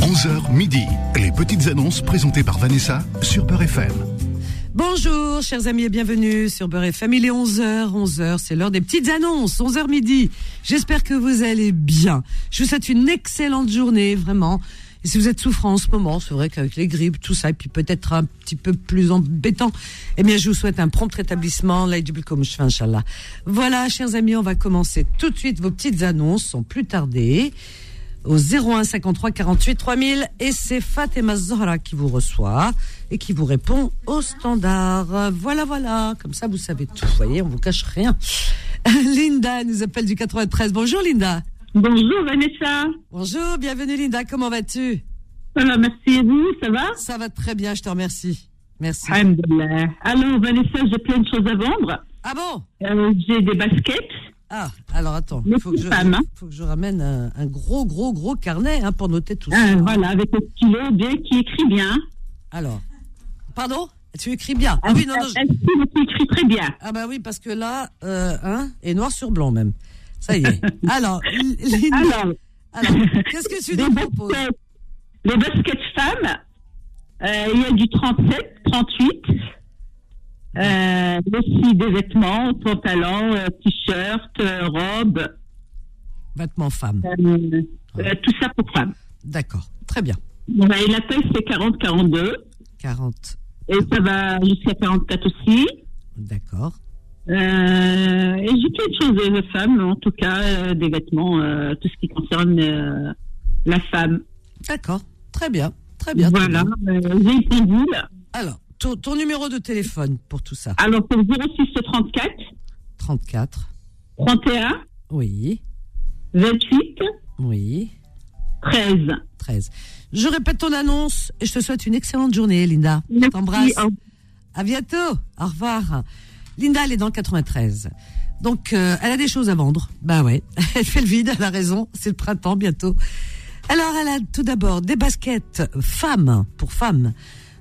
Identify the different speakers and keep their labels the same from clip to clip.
Speaker 1: 11h midi, les petites annonces présentées par Vanessa sur Peur FM.
Speaker 2: Bonjour, chers amis, et bienvenue sur Beurre FM. Il est 11h, 11h, c'est l'heure des petites annonces, 11h midi. J'espère que vous allez bien. Je vous souhaite une excellente journée, vraiment. Et si vous êtes souffrant en ce moment, c'est vrai qu'avec les grippes, tout ça, et puis peut-être un petit peu plus embêtant, eh bien, je vous souhaite un prompt rétablissement, comme je fais, Inch'Allah. Voilà, chers amis, on va commencer tout de suite. Vos petites annonces sans plus tarder au 01 53 48 3000 et c'est Fatima Zahra qui vous reçoit et qui vous répond au standard. Voilà, voilà, comme ça vous savez tout, vous voyez, on vous cache rien. Linda nous appelle du 93. Bonjour Linda.
Speaker 3: Bonjour Vanessa.
Speaker 2: Bonjour, bienvenue Linda, comment vas-tu
Speaker 3: Ça va, merci. Et vous, ça va
Speaker 2: Ça va très bien, je te remercie. Merci.
Speaker 3: Alhamdulillah. Alors Vanessa, j'ai plein de choses à vendre.
Speaker 2: Ah bon
Speaker 3: Euh, j'ai des baskets.
Speaker 2: Ah, alors attends, il
Speaker 3: Mais
Speaker 2: faut que
Speaker 3: c'est
Speaker 2: je,
Speaker 3: pas mal.
Speaker 2: faut que je ramène un, un gros, gros, gros carnet hein, pour noter tout ça.
Speaker 3: Euh, voilà, avec le stylo bien qui écrit bien.
Speaker 2: Alors, pardon Tu écris bien. Ah oui, non, non, je-
Speaker 3: Un stylo qui écrit très bien.
Speaker 2: Ah bah oui, parce que là, euh, hein, et noir sur blanc même. Ça y est. Alors, L- Linda,
Speaker 3: Alors,
Speaker 2: alors, qu'est-ce que tu
Speaker 3: des
Speaker 2: nous proposes
Speaker 3: baskets, les baskets femmes. Euh, Il y a du 37, 38. Euh, aussi des vêtements, pantalons, euh, t-shirts, euh, robes.
Speaker 2: Vêtements femmes.
Speaker 3: euh, euh, tout ça pour femmes.
Speaker 2: D'accord, très bien.
Speaker 3: Ouais, et la taille, c'est 40-42.
Speaker 2: 40,
Speaker 3: Et ça va jusqu'à 44 aussi.
Speaker 2: d'accord.
Speaker 3: Euh, et j'ai plein de choses des femmes, en tout cas, euh, des vêtements, euh, tout ce qui concerne euh, la femme.
Speaker 2: D'accord, très bien, très bien. très
Speaker 3: voilà,
Speaker 2: bien.
Speaker 3: euh, j'ai une pendule.
Speaker 2: Alors, ton, ton numéro de téléphone pour tout ça
Speaker 3: Alors, pour 06 34,
Speaker 2: 34,
Speaker 3: 31,
Speaker 2: oui,
Speaker 3: 28,
Speaker 2: oui,
Speaker 3: 13.
Speaker 2: 13. Je répète ton annonce et je te souhaite une excellente journée, Linda. Je
Speaker 3: Merci,
Speaker 2: t'embrasse.
Speaker 3: au
Speaker 2: À bientôt. Au revoir. Linda, elle est dans le 93. Donc, euh, elle a des choses à vendre. Bah ouais. Elle fait le vide, elle a raison. C'est le printemps bientôt. Alors, elle a tout d'abord des baskets femmes, pour femmes,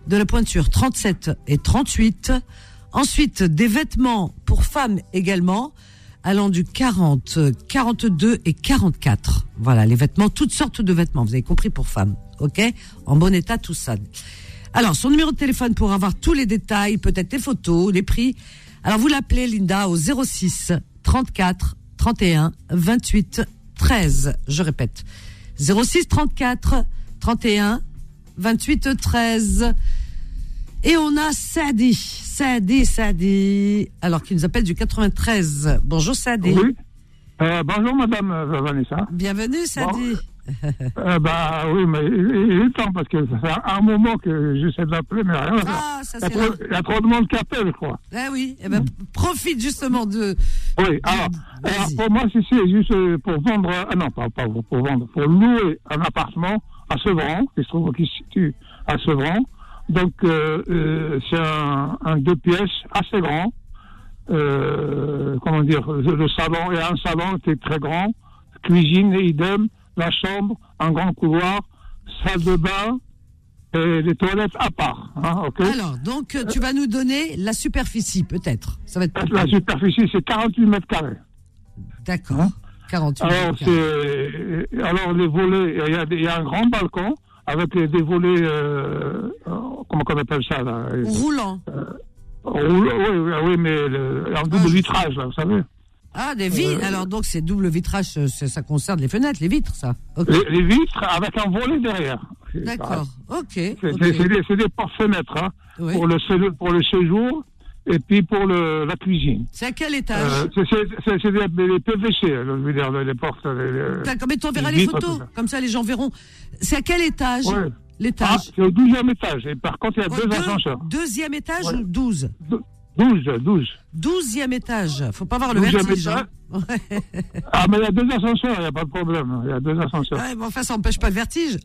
Speaker 2: de la pointure 37 et 38. Ensuite, des vêtements pour femmes également, allant du 40, 42 et 44. Voilà, les vêtements, toutes sortes de vêtements, vous avez compris, pour femmes. OK En bon état, tout ça. Alors, son numéro de téléphone pour avoir tous les détails, peut-être les photos, les prix. Alors, vous l'appelez, Linda, au 06 34 31 28 13. Je répète. 06 34 31 28 13. Et on a Sadi. Sadi, Sadi. Alors, qui nous appelle du 93. Bonjour, Sadi.
Speaker 4: Oui. Euh, bonjour Madame euh, Vanessa.
Speaker 2: Bienvenue, Sadi.
Speaker 4: Euh, bah oui, mais il, il est temps parce que ça fait un moment que j'essaie de l'appeler, mais rien.
Speaker 2: Ah, ça,
Speaker 4: il, y a
Speaker 2: c'est
Speaker 4: trop,
Speaker 2: rare.
Speaker 4: il y a trop de monde qui appelle, je crois.
Speaker 2: Ah oui. Eh ben, profite justement de.
Speaker 4: Oui. Alors,
Speaker 2: Vas-y.
Speaker 4: alors, pour moi, si c'est juste euh, pour vendre, euh, ah non, pas, pas pour pour vendre, pour louer un appartement à Sevran, qui se trouve, qui se situe à Sevran. Donc euh, euh, c'est un, un deux pièces assez grand. Euh, comment dire, le le salon et un salon était très grand, cuisine et idem, la chambre, un grand couloir, salle de bain et les toilettes à part. Hein, ok
Speaker 2: Alors, donc, euh, tu vas nous donner la superficie, peut-être. Ça va être.
Speaker 4: la superficie c'est 48 mètres carrés. Hein
Speaker 2: D'accord. 48.
Speaker 4: Alors, c'est- alors les volets, il y a des- il y, a un grand balcon avec des des volets, euh, euh, comment on appelle ça là
Speaker 2: Roulant.
Speaker 4: Euh, Roule- oui, oui, ah oui, mais le- en
Speaker 2: Ah,
Speaker 4: double
Speaker 2: je-
Speaker 4: vitrage, là, vous savez.
Speaker 2: Ah, des
Speaker 4: Euh,
Speaker 2: vitres. Alors, donc, c'est double vitrage, euh, c'est- ça concerne les fenêtres, les vitres, ça. Ok.
Speaker 4: Les, les vitres avec un volet derrière. C'est-
Speaker 2: D'accord. Ok.
Speaker 4: C'est
Speaker 2: ok.
Speaker 4: c'est- c'est des, c'est des porte-fenêtres hein,
Speaker 2: Oui.
Speaker 4: pour, le, sé- pour le séjour et puis pour le, la cuisine.
Speaker 2: C'est à quel
Speaker 4: Euh,
Speaker 2: étage
Speaker 4: c'est- c'est c'est- c'est des, des PVC, je veux dire, les, les portes. les- les-
Speaker 2: D'accord, mais tu enverras
Speaker 4: Euh, les
Speaker 2: les
Speaker 4: vitres,
Speaker 2: photos.
Speaker 4: tout ça.
Speaker 2: Comme ça, les gens verront. C'est à quel étage
Speaker 4: Ouais. Ah,
Speaker 2: L'étage.
Speaker 4: c'est au 12e étage. Et par contre, il y a
Speaker 2: Oh,
Speaker 4: deux,
Speaker 2: deux-
Speaker 4: ascenseurs.
Speaker 2: deuxième étage
Speaker 4: Ouais.
Speaker 2: ou 12
Speaker 4: 12, 12.
Speaker 2: Douzième étage. Faut pas avoir le
Speaker 4: Douzième
Speaker 2: vertige. hein.
Speaker 4: étage.
Speaker 2: Ouais.
Speaker 4: Ah, mais il y a deux ascenseurs, il n'y a pas de problème. Il y a deux ascenseurs.
Speaker 2: Ouais, mais enfin, ça n'empêche pas le vertige.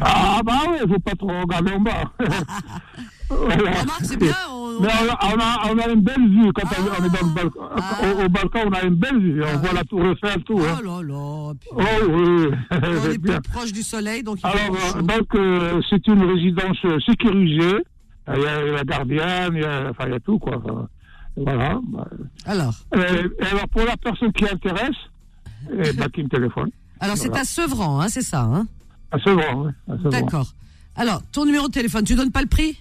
Speaker 4: Ah, bah oui, il ne faut pas trop regarder en bas. Voilà.
Speaker 2: Remarque, Ah, c'est bien. on-
Speaker 4: Mais on a, on, a, on a une belle vue quand on-
Speaker 2: Ah.
Speaker 4: on est dans le balcon.
Speaker 2: Ah.
Speaker 4: Au, au balcon, on a une belle vue. On
Speaker 2: Ah.
Speaker 4: voit la tour Eiffel, tout.
Speaker 2: Oh
Speaker 4: hein.
Speaker 2: là là. puis-
Speaker 4: Oh, oui, oui.
Speaker 2: On est
Speaker 4: C'est bien.
Speaker 2: plus proche du soleil, donc il fait
Speaker 4: Alors,
Speaker 2: moins
Speaker 4: euh,
Speaker 2: chaud.
Speaker 4: donc, euh, c'est une résidence euh, sécurisée. Euh, Il y a la gardienne, il y a, enfin, il y a tout, quoi. Enfin, Voilà. Bah,
Speaker 2: Alors,
Speaker 4: euh, et alors, pour la personne qui intéresse, eh, bah, qui me téléphone.
Speaker 2: alors c'est
Speaker 4: Voilà.
Speaker 2: à Sevran, hein, c'est ça. Hein
Speaker 4: À Sevran, oui. à Sevran.
Speaker 2: D'accord. Alors, ton numéro de téléphone, tu donnes pas le prix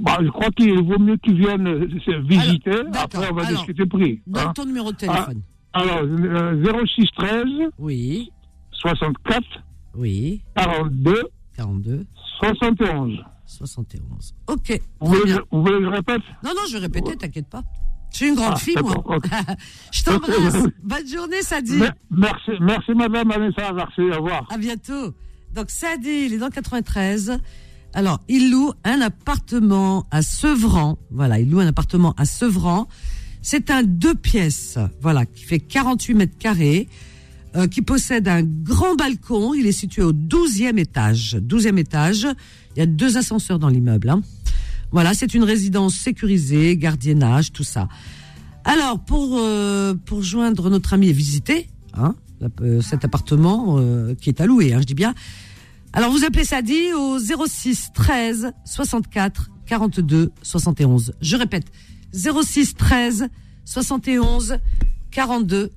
Speaker 4: Bah, je crois qu'il vaut mieux qu'ils viennent euh, se visiter.
Speaker 2: d'accord,
Speaker 4: Après, on va
Speaker 2: alors,
Speaker 4: discuter prix.
Speaker 2: Donne
Speaker 4: hein.
Speaker 2: ton numéro de téléphone.
Speaker 4: Alors, euh, 06 13
Speaker 2: Oui,
Speaker 4: 64
Speaker 2: oui,
Speaker 4: 42
Speaker 2: 42,
Speaker 4: 71.
Speaker 2: 71. Ok,
Speaker 4: Vous voulez,
Speaker 2: très bien.
Speaker 4: vous voulez que je répète
Speaker 2: Non, non, je vais répéter, t'inquiète pas. Je suis une grande
Speaker 4: Ah,
Speaker 2: fille, moi.
Speaker 4: d'accord, ok.
Speaker 2: je t'embrasse. Bonne journée, Sadi.
Speaker 4: Me- Merci, merci madame Vanessa, merci, au revoir.
Speaker 2: À bientôt. Donc, Sadi, il est dans le 93. Alors, il loue un appartement à Sevran. Voilà, il loue un appartement à Sevran. C'est un deux pièces, voilà, qui fait 48 mètres carrés, euh, qui possède un grand balcon. Il est situé au 12e étage. 12e étage. Il y a deux ascenseurs dans l'immeuble. hein. Voilà, c'est une résidence sécurisée, gardiennage, tout ça. Alors, pour, euh, pour joindre notre ami et visiter hein, la- euh, cet appartement euh, qui est à louer, hein, je dis bien, alors vous appelez Sadi au 06 13 64 42 71. Je répète, 06 13 71 42.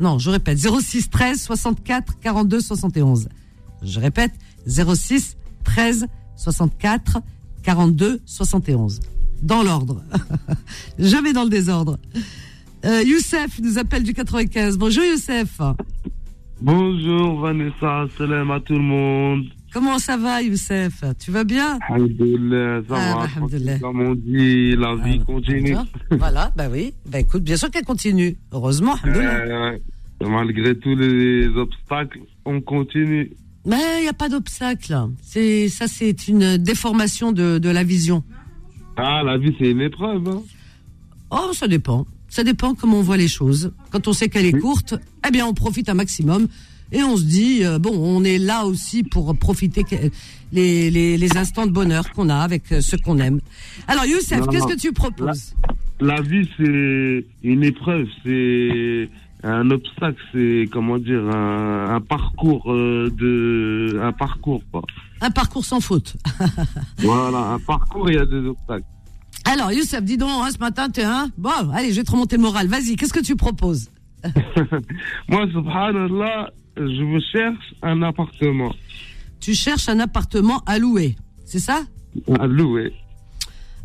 Speaker 2: Non, je répète, 06 13 64 42 71. Je répète, 06 13 64 42 71. Dans l'ordre. Jamais dans le désordre. Euh, Youssef nous appelle du 95. Bonjour Youssef.
Speaker 5: Bonjour Vanessa, salam à tout le monde.
Speaker 2: Comment ça va Youssef Tu vas bien
Speaker 5: Ah, Alhamdoulilah, ça
Speaker 2: Ah,
Speaker 5: va.
Speaker 2: alhamdoulilah.
Speaker 5: Comme on dit, la vie
Speaker 2: Ah,
Speaker 5: continue.
Speaker 2: bien. Voilà, bah oui. Bah écoute, bien sûr qu'elle continue. Heureusement, alhamdoulilah.
Speaker 5: Euh, malgré tous les obstacles, on continue.
Speaker 2: Mais Ben, il n'y a pas d'obstacle. C'est, ça, c'est une déformation de, de la vision.
Speaker 5: Ah, la vie, c'est une épreuve. hein.
Speaker 2: Oh, ça dépend. Ça dépend comment on voit les choses. Quand on sait qu'elle est courte, eh bien, on profite un maximum. Et on se dit, euh, bon, on est là aussi pour profiter que- les, les, les instants de bonheur qu'on a avec euh, ceux qu'on aime. Alors, Youssef,
Speaker 5: Non,
Speaker 2: qu'est-ce
Speaker 5: non.
Speaker 2: que tu proposes
Speaker 5: La vie, c'est une épreuve, c'est un obstacle, c'est, comment dire, un, un parcours euh, de. Un parcours, quoi.
Speaker 2: Un parcours sans faute.
Speaker 5: Voilà, un parcours, il y a des obstacles.
Speaker 2: Alors, Youssef, dis donc, hein, ce matin, t'es un. Bon, allez, je vais te remonter le moral. Vas-y, qu'est-ce que tu proposes
Speaker 5: Moi, subhanallah, je me cherche un appartement
Speaker 2: Tu cherches un appartement à louer, c'est ça
Speaker 5: à louer.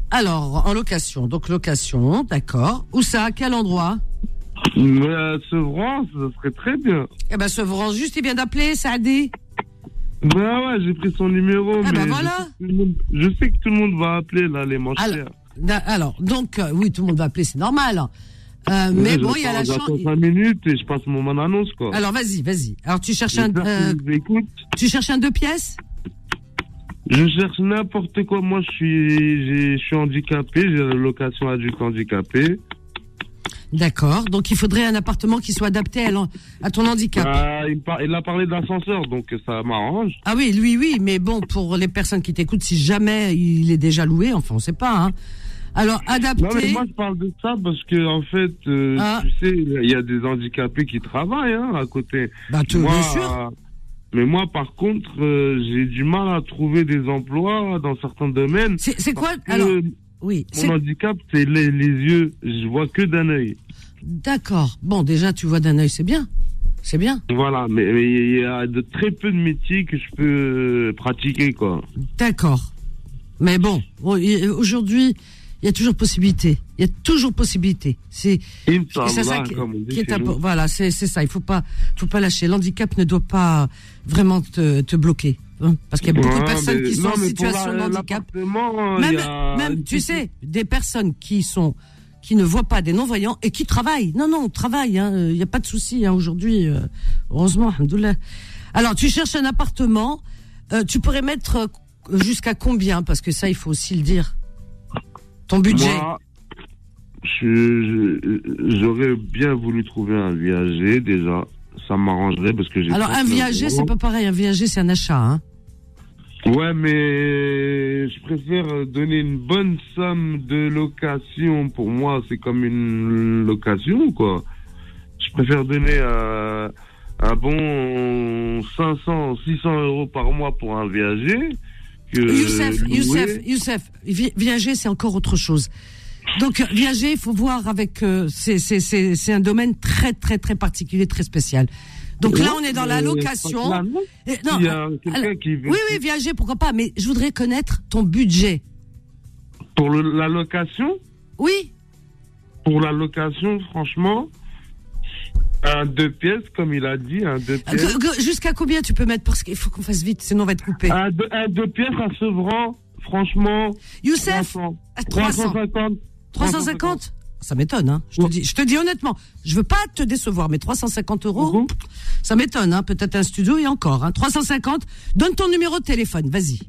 Speaker 2: Alors, en location. Donc, location, d'accord. Où ça À Quel endroit
Speaker 5: Mais euh, à Sevran, ça serait très bien.
Speaker 2: Eh ben, Sevran, juste, il vient d'appeler, Saadi. Eh
Speaker 5: Bah ouais, j'ai pris son numéro,
Speaker 2: Ah bah
Speaker 5: mais
Speaker 2: voilà.
Speaker 5: je, sais que tout le monde, je sais que tout le monde va appeler, là, les manches.
Speaker 2: Alors, Na- Alors, donc, euh, oui, tout le monde va appeler, c'est normal. Euh, mais bon, il y a la chance.
Speaker 5: J'attends 5 minutes et je passe mon man annonce, quoi.
Speaker 2: Alors, vas-y, vas-y. Alors, tu cherches un,
Speaker 5: J'espère
Speaker 2: euh,
Speaker 5: qu'ils m'écoutent.
Speaker 2: tu cherches un deux pièces
Speaker 5: Je cherche n'importe quoi. Moi, je suis, j'ai- je suis handicapé. J'ai la location adulte handicapé.
Speaker 2: D'accord. Donc, il faudrait un appartement qui soit adapté à, l'en- à ton handicap.
Speaker 5: Ah, il, me par- il a parlé d'ascenseur, donc ça m'arrange.
Speaker 2: Ah oui, lui, oui, mais bon, pour les personnes qui t'écoutent, si jamais il est déjà loué, enfin, on sait pas. hein. Alors, adapté.
Speaker 5: Non, mais moi, je parle de ça parce que, en fait, euh,
Speaker 2: Ah.
Speaker 5: tu sais, il y a des handicapés qui travaillent hein, à côté.
Speaker 2: Bah, tu-
Speaker 5: Moi,
Speaker 2: bien sûr.
Speaker 5: euh, Mais moi, par contre, euh, j'ai du mal à trouver des emplois dans certains domaines.
Speaker 2: C'est c'est quoi
Speaker 5: Parce que
Speaker 2: Alors, oui. c'est-
Speaker 5: mon handicap, c'est les, les yeux. Je vois que d'un œil.
Speaker 2: D'accord. Bon, déjà, tu vois d'un œil, c'est bien. C'est bien.
Speaker 5: Voilà, mais mais il y a de très peu de métiers que je peux euh, pratiquer, quoi.
Speaker 2: D'accord. Mais bon, bon, y- aujourd'hui, il y a toujours possibilité. Il y a toujours possibilité. C'est
Speaker 5: Inch'Allah,
Speaker 2: c'est ça qui,
Speaker 5: hein, comme on dit
Speaker 2: qui est
Speaker 5: chez
Speaker 2: impo-
Speaker 5: nous.
Speaker 2: Voilà, c'est c'est ça. Il faut pas, faut pas lâcher. L'handicap ne doit pas vraiment te, te bloquer. hein, parce qu'il y a beaucoup
Speaker 5: Ouais,
Speaker 2: de personnes
Speaker 5: mais-
Speaker 2: qui sont
Speaker 5: non,
Speaker 2: en
Speaker 5: mais pour
Speaker 2: situation
Speaker 5: la-
Speaker 2: de handicap.
Speaker 5: l'appartement, il y
Speaker 2: Même,
Speaker 5: a-
Speaker 2: même, tu sais, des personnes qui sont qui ne voient pas des non-voyants et qui travaillent. Non, non, on travaille. Il n'y a pas de souci hein, aujourd'hui. euh, heureusement, alhamdoulilah. Alors, tu cherches un appartement. euh, tu pourrais mettre euh, jusqu'à combien Parce que ça, il faut aussi le dire. Ton budget.
Speaker 5: Moi, je- je- j'aurais bien voulu trouver un viager, déjà. Ça m'arrangerait parce que j'ai.
Speaker 2: Alors, un
Speaker 5: 39
Speaker 2: viager,
Speaker 5: ans.
Speaker 2: c'est pas pareil. Un viager, c'est un achat. Hein.
Speaker 5: Ouais, mais je préfère donner une bonne somme de location. Pour moi, c'est comme une location, quoi. Je préfère donner euh, un bon 500, 600 euros par mois pour un viager. Que
Speaker 2: Youssef,
Speaker 5: louer.
Speaker 2: Youssef, Youssef, vi- viager, c'est encore autre chose. Donc, euh, viager, il faut voir avec. euh, c'est- c'est c'est- c'est un domaine très, très, très particulier, très spécial. Donc là,
Speaker 5: Ouais,
Speaker 2: on est dans la
Speaker 5: mais
Speaker 2: location.
Speaker 5: pas que là, non.
Speaker 2: Et- non,
Speaker 5: Il y a
Speaker 2: alors-
Speaker 5: quelqu'un qui veut
Speaker 2: oui, oui, viager, pourquoi pas, mais je voudrais connaître ton budget.
Speaker 5: pour le- la location.
Speaker 2: Oui,
Speaker 5: Pour la location, franchement, un deux pièces, comme il a dit, un deux
Speaker 2: Euh,
Speaker 5: pièces.
Speaker 2: que- que- jusqu'à combien tu peux mettre Parce qu'il faut qu'on fasse vite, sinon on va être coupé.
Speaker 5: Un deux, un deux pièces à Sevran, franchement,
Speaker 2: Youssef,
Speaker 5: 300,
Speaker 2: à 300,
Speaker 5: 350.
Speaker 2: 350 Ça m'étonne, hein. Je te,
Speaker 5: Ouais.
Speaker 2: dis, je te dis honnêtement, je veux pas te décevoir, mais 350 euros,
Speaker 5: Mhm.
Speaker 2: ça m'étonne, hein. Peut-être un studio et encore, hein. 350, donne ton numéro de téléphone, vas-y.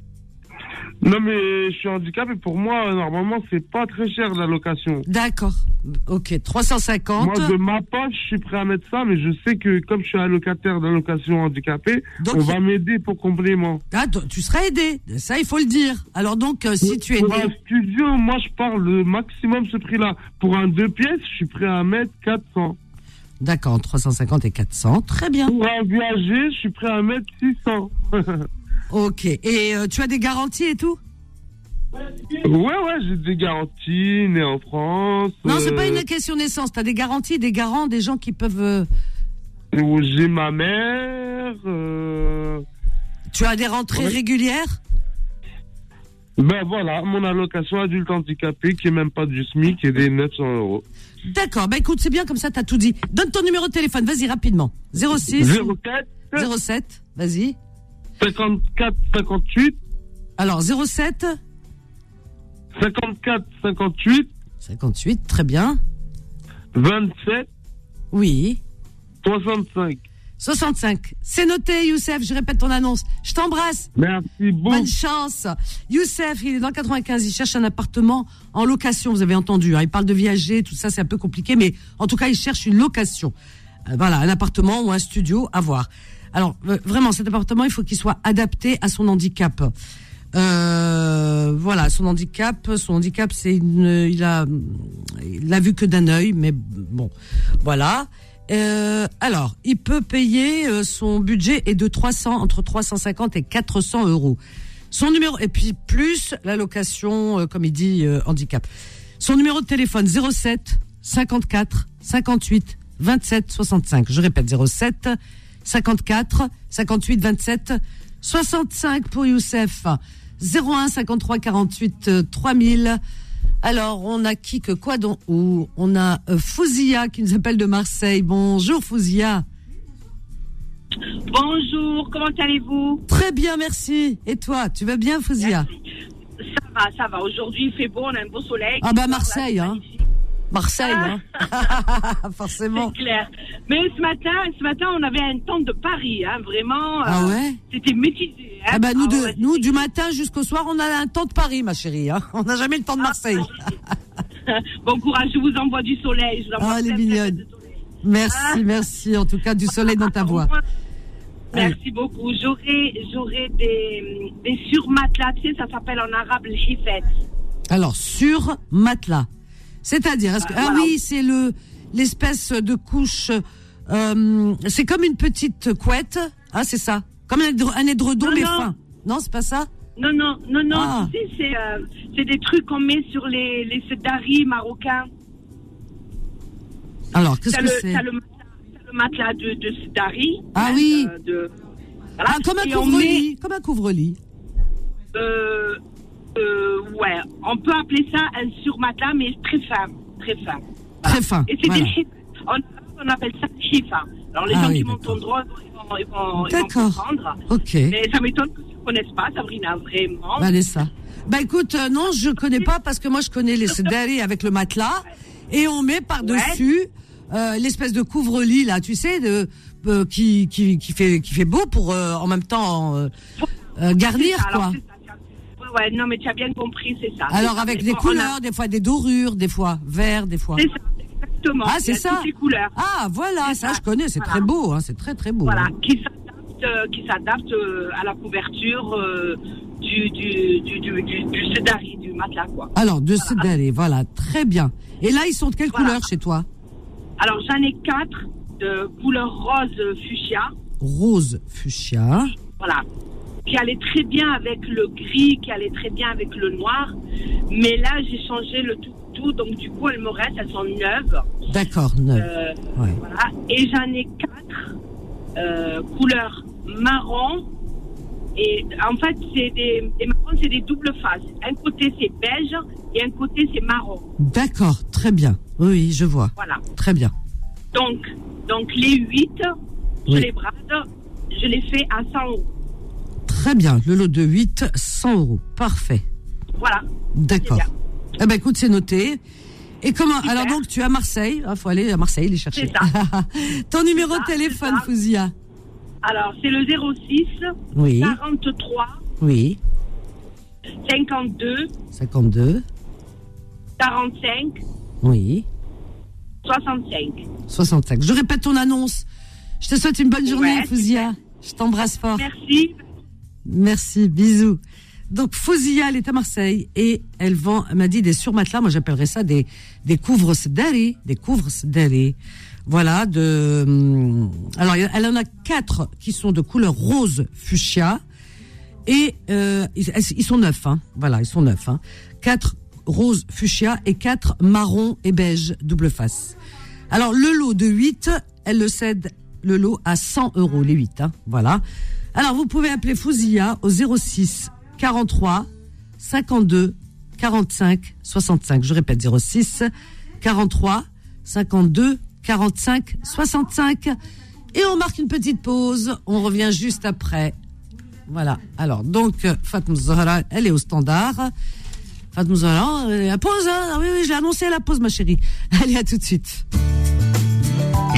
Speaker 5: Non, mais je suis handicapé. Pour moi, normalement, c'est pas très cher la location.
Speaker 2: D'accord. Ok, 350.
Speaker 5: Moi, de ma poche, je suis prêt à mettre ça, mais je sais que comme je suis allocataire d'allocation handicapée,
Speaker 2: Donc,
Speaker 5: on
Speaker 2: il-
Speaker 5: va m'aider pour complément.
Speaker 2: Ah, t- tu seras aidé, ça il faut le dire. Alors donc, euh, si tu es
Speaker 5: Pour un
Speaker 2: aidé,
Speaker 5: studio, moi, je parle le maximum ce prix-là. Pour un deux pièces, je suis prêt à mettre 400.
Speaker 2: d'accord, entre 350 et 400, très bien.
Speaker 5: Pour un viager, je suis prêt à mettre 600.
Speaker 2: Ok, et euh, tu as des garanties et tout
Speaker 5: ouais, ouais, j'ai des garanties, né en France.
Speaker 2: Non, c'est pas
Speaker 5: euh,
Speaker 2: une question naissance. T'as des garanties, des garants, des gens qui peuvent. euh,
Speaker 5: où J'ai ma mère. euh,
Speaker 2: Tu as des rentrées
Speaker 5: Ouais.
Speaker 2: régulières
Speaker 5: Ben voilà, mon allocation adulte handicapé qui est même pas du SMIC qui est des 900 euros.
Speaker 2: D'accord. Bah écoute, c'est bien comme ça, t'as tout dit. Donne ton numéro de téléphone, vas-y rapidement. 06
Speaker 5: 04
Speaker 2: 07, vas-y.
Speaker 5: 54 58
Speaker 2: Alors 07
Speaker 5: 54 58
Speaker 2: 58, très bien.
Speaker 5: 27
Speaker 2: Oui.
Speaker 5: 65.
Speaker 2: 65. C'est noté, Youssef, je répète ton annonce. Je t'embrasse.
Speaker 5: Merci beaucoup.
Speaker 2: Bonne chance. Youssef, il est dans le 95, il cherche un appartement en location, vous avez entendu. hein. Il parle de viager, tout ça, c'est un peu compliqué, mais en tout cas, il cherche une location. Euh, voilà, un appartement ou un studio à voir. Alors, euh, vraiment, cet appartement, il faut qu'il soit adapté à son handicap. Euh, voilà, son handicap, son handicap, c'est une, il a, il l'a vu que d'un œil, mais bon, voilà. Euh, alors, il peut payer euh, son budget est de 300 entre 350 et 400 euros. Son numéro et puis plus la location, euh, comme il dit euh, handicap. Son numéro de téléphone 07 54 58 27 65. Je répète 07 54 58 27 65 pour Youssef. 01 53 48 euh, 3000. Alors, on a qui que quoi donc où On a euh, Fouzia qui nous appelle de Marseille. Bonjour Fouzia.
Speaker 6: Bonjour, comment allez-vous
Speaker 2: Très bien, merci. Et toi, tu vas bien Fouzia
Speaker 6: Ça va, Ah, ça va. Aujourd'hui, il fait beau, on a un beau soleil.
Speaker 2: Ah bah,
Speaker 6: Voilà,
Speaker 2: Marseille,
Speaker 6: c'est
Speaker 2: hein.
Speaker 6: magnifique,
Speaker 2: Marseille, hein Forcément.
Speaker 6: C'est clair. Mais ce matin, ce matin, on avait un temps de Paris, hein, vraiment.
Speaker 2: Ah
Speaker 6: euh,
Speaker 2: ouais
Speaker 6: C'était métisé. hein.
Speaker 2: Ah bah nous, deux,
Speaker 6: ouais,
Speaker 2: nous du matin jusqu'au soir, on a un temps de Paris, ma chérie. hein. On n'a jamais le temps de Marseille.
Speaker 6: Bon courage, je vous envoie du soleil. Je vous envoie
Speaker 2: Ah, elle est
Speaker 6: plein, plein, plein
Speaker 2: mignonne.
Speaker 6: de soleil. Ah.
Speaker 2: Merci, merci. En tout cas, du soleil dans ta
Speaker 6: Au
Speaker 2: voix.
Speaker 6: revoir. Merci beaucoup. J'aurai, j'aurai des, des surmatelas. Tu sais, ça s'appelle en arabe le hifet.
Speaker 2: Alors, sur matelas. C'est-à-dire, est-ce que.
Speaker 6: Euh,
Speaker 2: Ah
Speaker 6: voilà.
Speaker 2: oui, c'est le l'espèce de couche. euh, c'est comme une petite couette. Ah, c'est ça. Comme un, édre- un édredon,
Speaker 6: Non,
Speaker 2: mais
Speaker 6: non.
Speaker 2: fin. Non, c'est pas ça
Speaker 6: Non, non, non, non.
Speaker 2: Ah.
Speaker 6: Tu sais, c'est, euh, c'est des trucs qu'on met sur les, les sedaris marocains.
Speaker 2: Alors, qu'est-ce
Speaker 6: T'as
Speaker 2: que
Speaker 6: le,
Speaker 2: c'est
Speaker 6: t'as le matelas, t'as le matelas de, de Sidari.
Speaker 2: Ah
Speaker 6: hein,
Speaker 2: oui.
Speaker 6: de- de- voilà.
Speaker 2: Ah, comme un
Speaker 6: Et on met,
Speaker 2: couvre-lit. Comme un couvre-lit.
Speaker 6: euh, euh, ouais, on peut appeler ça un surmatelas, mais très fin, très fin. Voilà.
Speaker 2: Très fin,
Speaker 6: Et c'est
Speaker 2: voilà.
Speaker 6: des chiffres. On, on appelle ça chifa. Alors les
Speaker 2: Ah
Speaker 6: gens
Speaker 2: oui,
Speaker 6: qui
Speaker 2: d'accord.
Speaker 6: m'entendront, ils vont, ils vont, ils vont
Speaker 2: D'accord.
Speaker 6: comprendre.
Speaker 2: Ok.
Speaker 6: Mais ça m'étonne que tu ne connaisses pas, Sabrina, vraiment.
Speaker 2: Vanessa. Bah écoute, euh, non, je connais pas parce que moi je connais les sedari avec le matelas et on met par-dessus euh, l'espèce de couvre-lit là, tu sais, de euh, qui, qui qui fait qui fait beau pour euh, en même temps euh, euh, garnir
Speaker 6: C'est ça, alors,
Speaker 2: quoi.
Speaker 6: c'est ça, tu as- ouais, ouais, non, mais tu as bien compris, c'est ça.
Speaker 2: Alors
Speaker 6: C'est ça.
Speaker 2: avec
Speaker 6: Mais
Speaker 2: des
Speaker 6: on a-
Speaker 2: couleurs, des fois des dorures, des fois vert, des fois.
Speaker 6: C'est ça, exactement.
Speaker 2: Ah,
Speaker 6: Il y
Speaker 2: c'est
Speaker 6: a
Speaker 2: ça.
Speaker 6: Toutes les couleurs.
Speaker 2: Ah voilà, ça
Speaker 6: ça.
Speaker 2: je connais, c'est
Speaker 6: Voilà.
Speaker 2: très beau, hein, c'est très très beau.
Speaker 6: voilà, qui s'adapte, euh, qui s'adapte euh, à la couverture euh, du du du du du, du sedari, du matelas quoi.
Speaker 2: Alors de sedari, voilà, très bien. Et là ils sont de quelle
Speaker 6: Voilà.
Speaker 2: couleur chez toi
Speaker 6: Alors j'en ai quatre de couleur rose fuchsia,
Speaker 2: Rose fuchsia.
Speaker 6: voilà, qui allait très bien avec le gris, qui allait très bien avec le noir, mais là j'ai changé le tout tout, donc du coup elles me restent, elles sont neuves.
Speaker 2: D'accord, neuf.
Speaker 6: Euh,
Speaker 2: Ouais.
Speaker 6: Voilà. Et j'en ai quatre euh, couleur marron. Et en fait, c'est des, les marrons, c'est des doubles faces. Un côté, c'est beige et un côté, c'est marron.
Speaker 2: D'accord, très bien. Oui, oui, je vois.
Speaker 6: Voilà.
Speaker 2: Très bien.
Speaker 6: Donc, donc les 8, je
Speaker 2: Oui.
Speaker 6: les brade, je les fais à 100 euros.
Speaker 2: Très bien. Le lot de 8, 100 euros. Parfait.
Speaker 6: Voilà.
Speaker 2: D'accord.
Speaker 6: C'est bien.
Speaker 2: Eh ben écoute, c'est noté. Et comment
Speaker 6: Super.
Speaker 2: Alors donc, tu es à Marseille. Il faut aller à Marseille les chercher.
Speaker 6: C'est
Speaker 2: Ton numéro
Speaker 6: ça,
Speaker 2: de
Speaker 6: c'est
Speaker 2: téléphone,
Speaker 6: ça.
Speaker 2: Fouzia
Speaker 6: Alors, c'est le 06
Speaker 2: Oui,
Speaker 6: 43
Speaker 2: oui.
Speaker 6: 52
Speaker 2: 52,
Speaker 6: 45
Speaker 2: oui.
Speaker 6: 65.
Speaker 2: 65. Je répète ton annonce. Je te souhaite une bonne journée,
Speaker 6: Ouais,
Speaker 2: Fouzia. Je t'embrasse fort.
Speaker 6: Merci.
Speaker 2: Merci, bisous. Donc Fouzia, elle est à Marseille et elle vend, elle m'a dit des surmatelas, moi j'appellerais ça des, des couvres sedari, des couvres sedari. Voilà, de, hum, alors elle en a quatre qui sont de couleur rose fuchsia et euh, ils, elles- ils sont neufs, hein. voilà, ils sont neufs. Hein. Quatre rose fuchsia et quatre marron et beige double face. Alors le lot de 8, elle le cède le lot à 100 euros les 8. Hein, voilà. Alors vous pouvez appeler Fouzia au 06 43 52 45 65. Je répète 06 43 52 45 65. Et on marque une petite pause. On revient juste après. Voilà. Alors donc euh, Fatma Zahra, elle est au standard. Fatma Zahra, euh, la pause. Hein ah oui oui, je l'ai annoncé la pause ma chérie. Allez à tout de suite.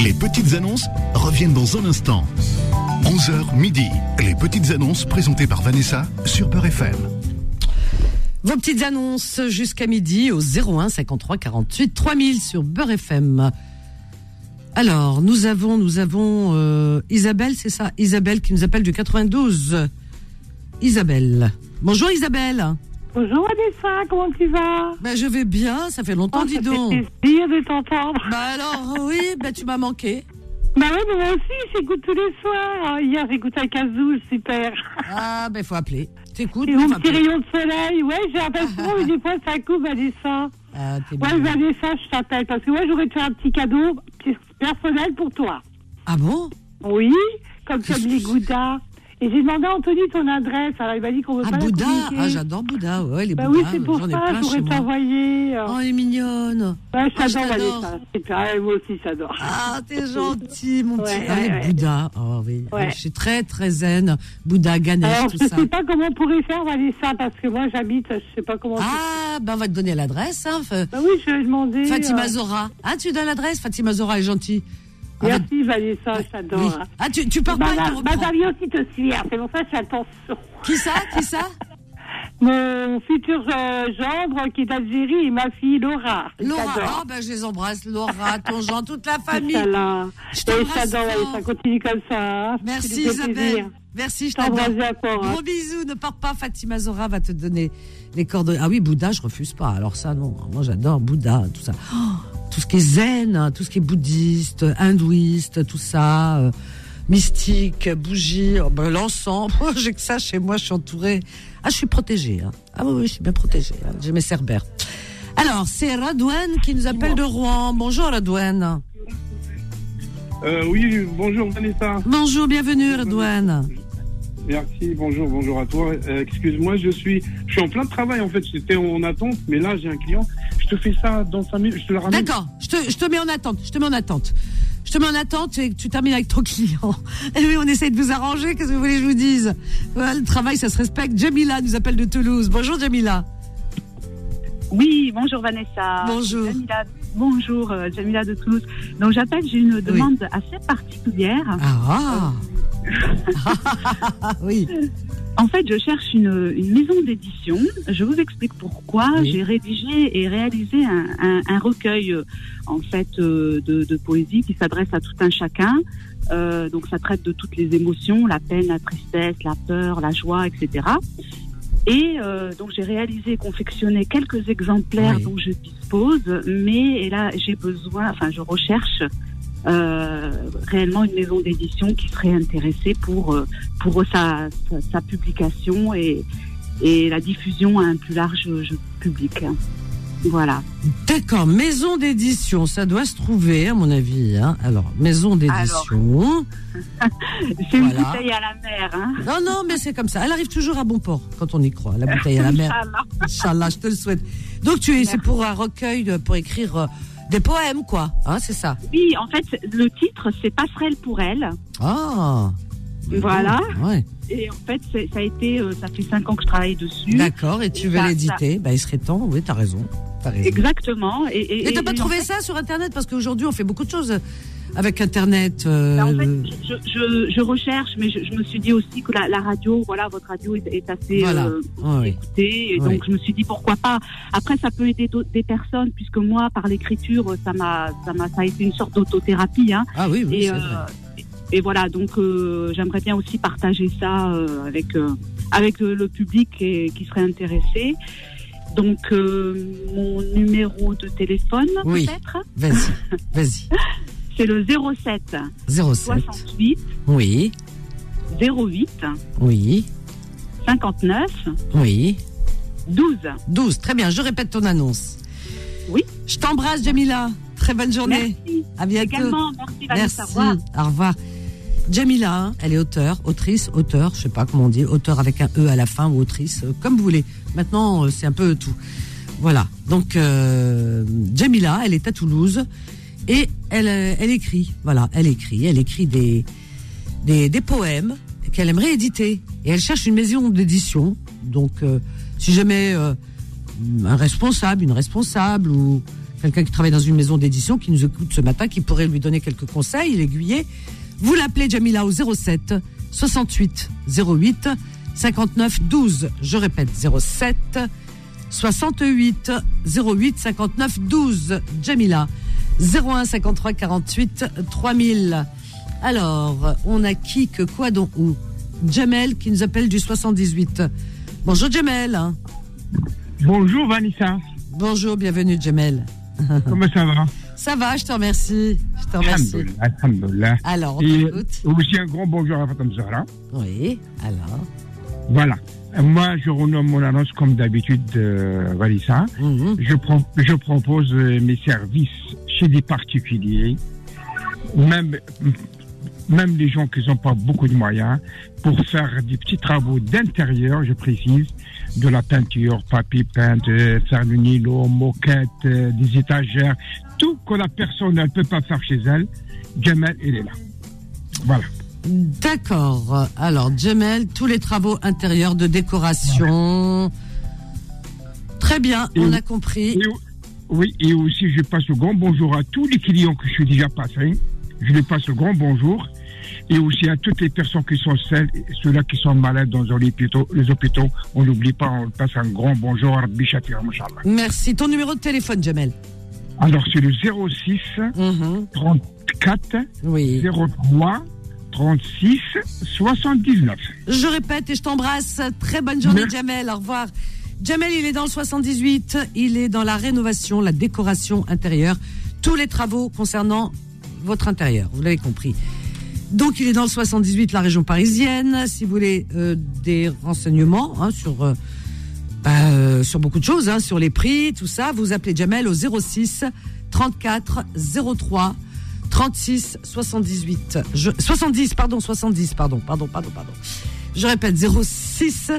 Speaker 1: Les petites annonces reviennent dans un instant. 11h midi. Les petites annonces présentées par Vanessa sur Peur FM.
Speaker 2: Vos petites annonces jusqu'à midi au 01 53 48 3000 sur Beurre FM. Alors, nous avons, nous avons euh, Isabelle, c'est ça Isabelle qui nous appelle du 92. Isabelle. Bonjour Isabelle.
Speaker 7: Bonjour Vanessa, comment tu vas
Speaker 2: Ben, je vais bien, ça fait longtemps,
Speaker 7: Oh,
Speaker 2: dis
Speaker 7: Ça
Speaker 2: donc.
Speaker 7: fait plaisir de t'entendre.
Speaker 2: Bah alors, oui, ben, tu m'as manqué.
Speaker 7: Bah ouais, mais moi aussi, j'écoute tous les soirs. Oh, Hier, j'écoutais à Cazoul, super.
Speaker 2: Ah, ben, faut appeler. T'écoutes,
Speaker 7: Ils
Speaker 2: mais
Speaker 7: ont
Speaker 2: faut
Speaker 7: un petit
Speaker 2: appeler.
Speaker 7: rayon de soleil. Ouais, j'ai appelé souvent, mais des fois, ça coupe Vanessa.
Speaker 2: Ah, t'es
Speaker 7: Ouais,
Speaker 2: bien.
Speaker 7: Vanessa, je t'appelle parce que ouais, j'aurais fait un petit cadeau personnel pour toi.
Speaker 2: Ah bon
Speaker 7: Oui, comme tu aimes les Goudas. Et j'ai demandé à Anthony ton adresse. Alors, il m'a dit qu'on veut
Speaker 2: Ah,
Speaker 7: pas la
Speaker 2: Bouddha.
Speaker 7: communiquer.
Speaker 2: Ah, j'adore Bouddha. Ouais, les
Speaker 7: Bah oui,
Speaker 2: Bouddhas,
Speaker 7: c'est pour
Speaker 2: j'en ai
Speaker 7: ça,
Speaker 2: plein chez
Speaker 7: j'aurais
Speaker 2: moi.
Speaker 7: t'envoyé. euh.
Speaker 2: Oh, elle est mignonne.
Speaker 7: Ouais,
Speaker 2: Ah, je
Speaker 7: j'adore
Speaker 2: t'adore.
Speaker 7: Vanessa. Super. Ouais, moi aussi, j'adore.
Speaker 2: Ah, t'es gentil, mon petit.
Speaker 7: Ouais,
Speaker 2: Ah, les
Speaker 7: ouais, ouais.
Speaker 2: Bouddhas. Oh, oui.
Speaker 7: Ouais.
Speaker 2: Je suis très, très zen. Bouddha, Ganesh,
Speaker 7: Alors,
Speaker 2: tout
Speaker 7: je ne
Speaker 2: ça.
Speaker 7: sais pas comment on pourrait faire, Vanessa, parce que moi, j'habite, je sais pas comment.
Speaker 2: Ah, ben, on va te donner l'adresse, hein. F-
Speaker 7: Bah oui, je vais demander.
Speaker 2: Fatima
Speaker 7: euh,
Speaker 2: Zora. Ah, tu donnes l'adresse Fatima Zora est gentille. Ah, bah,
Speaker 7: Merci, Vanessa, je
Speaker 2: oui.
Speaker 7: t'adore. hein.
Speaker 2: Ah, tu, tu pars pas,
Speaker 7: Ma
Speaker 2: elle te
Speaker 7: ma- ma
Speaker 2: reprend.
Speaker 7: famille aussi te suit, hein, c'est pour ça que je fais attention.
Speaker 2: Qui ça Qui ça
Speaker 7: Mon futur euh, gendre qui est d'Algérie et ma fille Laura. Je
Speaker 2: Laura.
Speaker 7: t'adore.
Speaker 2: Ah, ben, je les embrasse. Laura, ton Jean, toute la famille.
Speaker 7: Ça, là.
Speaker 2: Je
Speaker 7: Et
Speaker 2: t'embrasse
Speaker 7: je t'adore,
Speaker 2: fort.
Speaker 7: Vanessa, continue comme ça. hein. Ça
Speaker 2: Merci,
Speaker 7: fait
Speaker 2: Isabelle.
Speaker 7: plaisir.
Speaker 2: Merci, je
Speaker 7: Je t'embrasse
Speaker 2: t'adore.
Speaker 7: bien fort. hein.
Speaker 2: Gros bisous, ne pars pas, Fatima Zora va te donner les coordonnées. Ah oui, Bouddha, je refuse pas. Alors ça, non, moi j'adore Bouddha, tout ça. Oh, tout ce qui est zen, hein, tout ce qui est bouddhiste, hindouiste, tout ça, euh, mystique, bougie, oh, ben, l'encens. Moi, J'ai que ça chez moi, je suis entourée. Ah, je suis protégée. hein. Ah oui, oui, je suis bien protégée. hein. J'ai mes cerbères. Alors, c'est Radouane qui nous appelle de Rouen. Bonjour Radouane.
Speaker 8: Euh, oui, bonjour Vanessa.
Speaker 2: Bonjour, bienvenue Radouane.
Speaker 8: Merci, bonjour, bonjour à toi. Euh, Excuse-moi, je suis, je suis en plein de travail en fait. J'étais en attente, mais là j'ai un client. Je te fais ça dans 5 minutes. Je te le ramène.
Speaker 2: D'accord, je te, je te mets en attente, je te mets en attente. Je te mets en attente et tu termines avec ton client. Eh oui, on essaye de vous arranger, qu'est-ce que vous voulez que je vous dise Voilà, Le travail, ça se respecte. Jamila nous appelle de Toulouse. Bonjour Jamila.
Speaker 9: Oui, bonjour Vanessa.
Speaker 2: Bonjour.
Speaker 9: Jamila, bonjour euh, Jamila de Toulouse. Donc j'appelle, j'ai une demande assez particulière.
Speaker 2: Ah ah. Oui,
Speaker 9: En fait, je cherche une, une maison d'édition. Je vous explique pourquoi.
Speaker 2: Oui.
Speaker 9: J'ai rédigé et réalisé un, un- un recueil euh, en fait euh, de, de poésie qui s'adresse à tout un chacun. Euh, donc ça traite de toutes les émotions, la peine, la tristesse, la peur, la joie, etc. Et euh, donc j'ai réalisé et confectionné quelques exemplaires
Speaker 2: Oui.
Speaker 9: dont je dispose, mais et là j'ai besoin, enfin je recherche euh, réellement une maison d'édition qui serait intéressée pour euh, pour sa, sa, sa publication et, et la diffusion à un plus large euh, public. Voilà.
Speaker 2: D'accord, maison d'édition, ça doit se trouver, à mon avis. hein. Alors, maison d'édition.
Speaker 9: C'est une
Speaker 2: Voilà.
Speaker 9: bouteille à la mer. Hein.
Speaker 2: Non, non, mais c'est comme ça. Elle arrive toujours à bon port quand on y croit, la bouteille à la mer. Inch'Allah, je te le souhaite. Donc, tu es, c'est pour un recueil, euh, pour écrire euh, des poèmes, quoi. Hein, c'est ça.
Speaker 9: Oui, en fait, le titre, c'est Passerelle pour elle.
Speaker 2: Ah
Speaker 9: Voilà.
Speaker 2: Ouais.
Speaker 9: Et en fait, c'est- ça a été, euh, ça fait cinq ans que je travaille dessus.
Speaker 2: D'accord, et tu
Speaker 9: Et
Speaker 2: veux
Speaker 9: ça-
Speaker 2: l'éditer Bah, Il serait temps, oui, t'as raison. T'as raison.
Speaker 9: Exactement. Et,
Speaker 2: Et t'as pas trouvé
Speaker 9: en fait,
Speaker 2: ça sur Internet Parce qu'aujourd'hui, on fait beaucoup de choses avec Internet. euh,
Speaker 9: bah, en fait, je, je- je recherche, mais je, je me suis dit aussi que la, la radio, voilà, votre radio est, est assez
Speaker 2: Voilà.
Speaker 9: euh,
Speaker 2: Ouais, ouais.
Speaker 9: écoutée. Et
Speaker 2: Oui.
Speaker 9: donc, je me suis dit pourquoi pas. Après, ça peut aider d'autres- des personnes, puisque moi, par l'écriture, ça m'a, ça m'a, ça a été une sorte d'autothérapie. Hein.
Speaker 2: Ah oui, oui,
Speaker 9: et,
Speaker 2: c'est
Speaker 9: euh,
Speaker 2: vrai.
Speaker 9: et voilà, donc euh, j'aimerais bien aussi partager ça euh, avec euh, avec euh, le public et- qui serait intéressé. Donc euh, mon numéro de téléphone
Speaker 2: Oui.
Speaker 9: peut-être,
Speaker 2: Vas-y, vas-y.
Speaker 9: c'est le 07
Speaker 2: 07.
Speaker 9: 68
Speaker 2: Oui,
Speaker 9: 08
Speaker 2: oui,
Speaker 9: 59
Speaker 2: oui.
Speaker 9: 12.
Speaker 2: 12. Très bien, je répète ton annonce.
Speaker 9: Oui.
Speaker 2: Je t'embrasse, Jamila. Très bonne journée.
Speaker 9: Merci.
Speaker 2: À bientôt.
Speaker 9: Également, merci
Speaker 2: Merci.
Speaker 9: Vanessa. Au revoir.
Speaker 2: Au revoir. Jamila, hein, elle est auteur, autrice, auteur, je sais pas comment on dit, auteur avec un E à la fin ou autrice, euh, comme vous voulez. Maintenant, euh, c'est un peu tout. Voilà. Donc, euh, Jamila, elle est à Toulouse et elle, euh, elle écrit. Voilà, elle écrit. Elle écrit des, des, des poèmes qu'elle aimerait éditer. Et elle cherche une maison d'édition. Donc, euh, si jamais euh, un responsable, une responsable ou quelqu'un qui travaille dans une maison d'édition qui nous écoute ce matin, qui pourrait lui donner quelques conseils, l'aiguiller, vous l'appelez Jamila au 07 68 08 59 12. Je répète, 07 68 08 59 12. Jamila, 01 53 48 3000. Alors, on a qui, que quoi, donc où Jamel qui nous appelle du 78. Bonjour Jamel.
Speaker 10: Bonjour Vanessa.
Speaker 2: Bonjour, bienvenue Jamel.
Speaker 10: Comment ça va
Speaker 2: Ça va, je te remercie. Je te remercie.
Speaker 10: Alhamdoulilah, alhamdoulilah.
Speaker 2: Alors, on
Speaker 10: Et
Speaker 2: t'écoute.
Speaker 10: aussi un grand bonjour à Fatam Zahra.
Speaker 2: Oui, alors
Speaker 10: Voilà. Moi, je renomme mon annonce comme d'habitude, euh, Vanessa. je, pro- je propose euh, mes services chez des particuliers, même, même les gens qui n'ont pas beaucoup de moyens, pour faire des petits travaux d'intérieur, je précise, de la peinture, papier peint, euh, faire du nylon, moquette, euh, des étagères, tout que la personne ne peut pas faire chez elle. Jamel, il est là. Voilà.
Speaker 2: D'accord. Alors, Jamel, tous les travaux intérieurs de décoration. Très bien, on a compris.
Speaker 10: Oui, et aussi je passe le grand bonjour à tous les clients que je suis déjà passé. hein. Je les passe le grand bonjour. Et aussi à toutes les personnes qui sont celles, ceux-là qui sont malades dans les hôpitaux. Les hôpitaux on n'oublie pas, on passe un grand bonjour à Rabbi Shafir, Inch'Allah.
Speaker 2: Merci. Ton numéro de téléphone, Jamel Mm-hmm.
Speaker 10: Alors, c'est le 06 34 03 36 79.
Speaker 2: Je répète et je t'embrasse. Très bonne journée, Jamel. Au revoir. Jamel, il est dans le 78. Il est dans la rénovation, la décoration intérieure. Tous les travaux concernant votre intérieur. Vous l'avez compris. Donc, il est dans le 78, la région parisienne. Si vous voulez euh, des renseignements hein, sur, euh, bah, euh, sur beaucoup de choses, hein, sur les prix, tout ça, vous appelez Jamel au 06 34 03 36 78. Je- 70, pardon, 70, pardon, pardon, pardon, pardon. Je répète, 06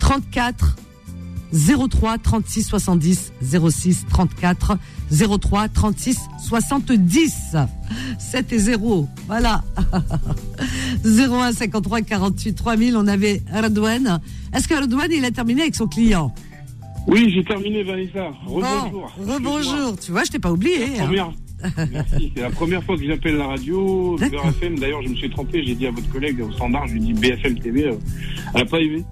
Speaker 2: 34 03 36 70 06 34 03 36 70 7 et 0 voilà 01 53 48 3000 on avait Radouane est-ce que Radouane il a terminé avec son client
Speaker 8: Oui, j'ai terminé, Vanessa. Rebonjour.
Speaker 2: bon rebonjour tu vois je t'ai pas oublié hein.
Speaker 8: Première- Merci. C'est la première fois que j'appelle la radio,
Speaker 2: D'accord.
Speaker 8: BFM. D'ailleurs, je me suis trompé. J'ai dit à votre collègue au standard, je lui ai dit BFM TV. euh, elle n'a pas aimé.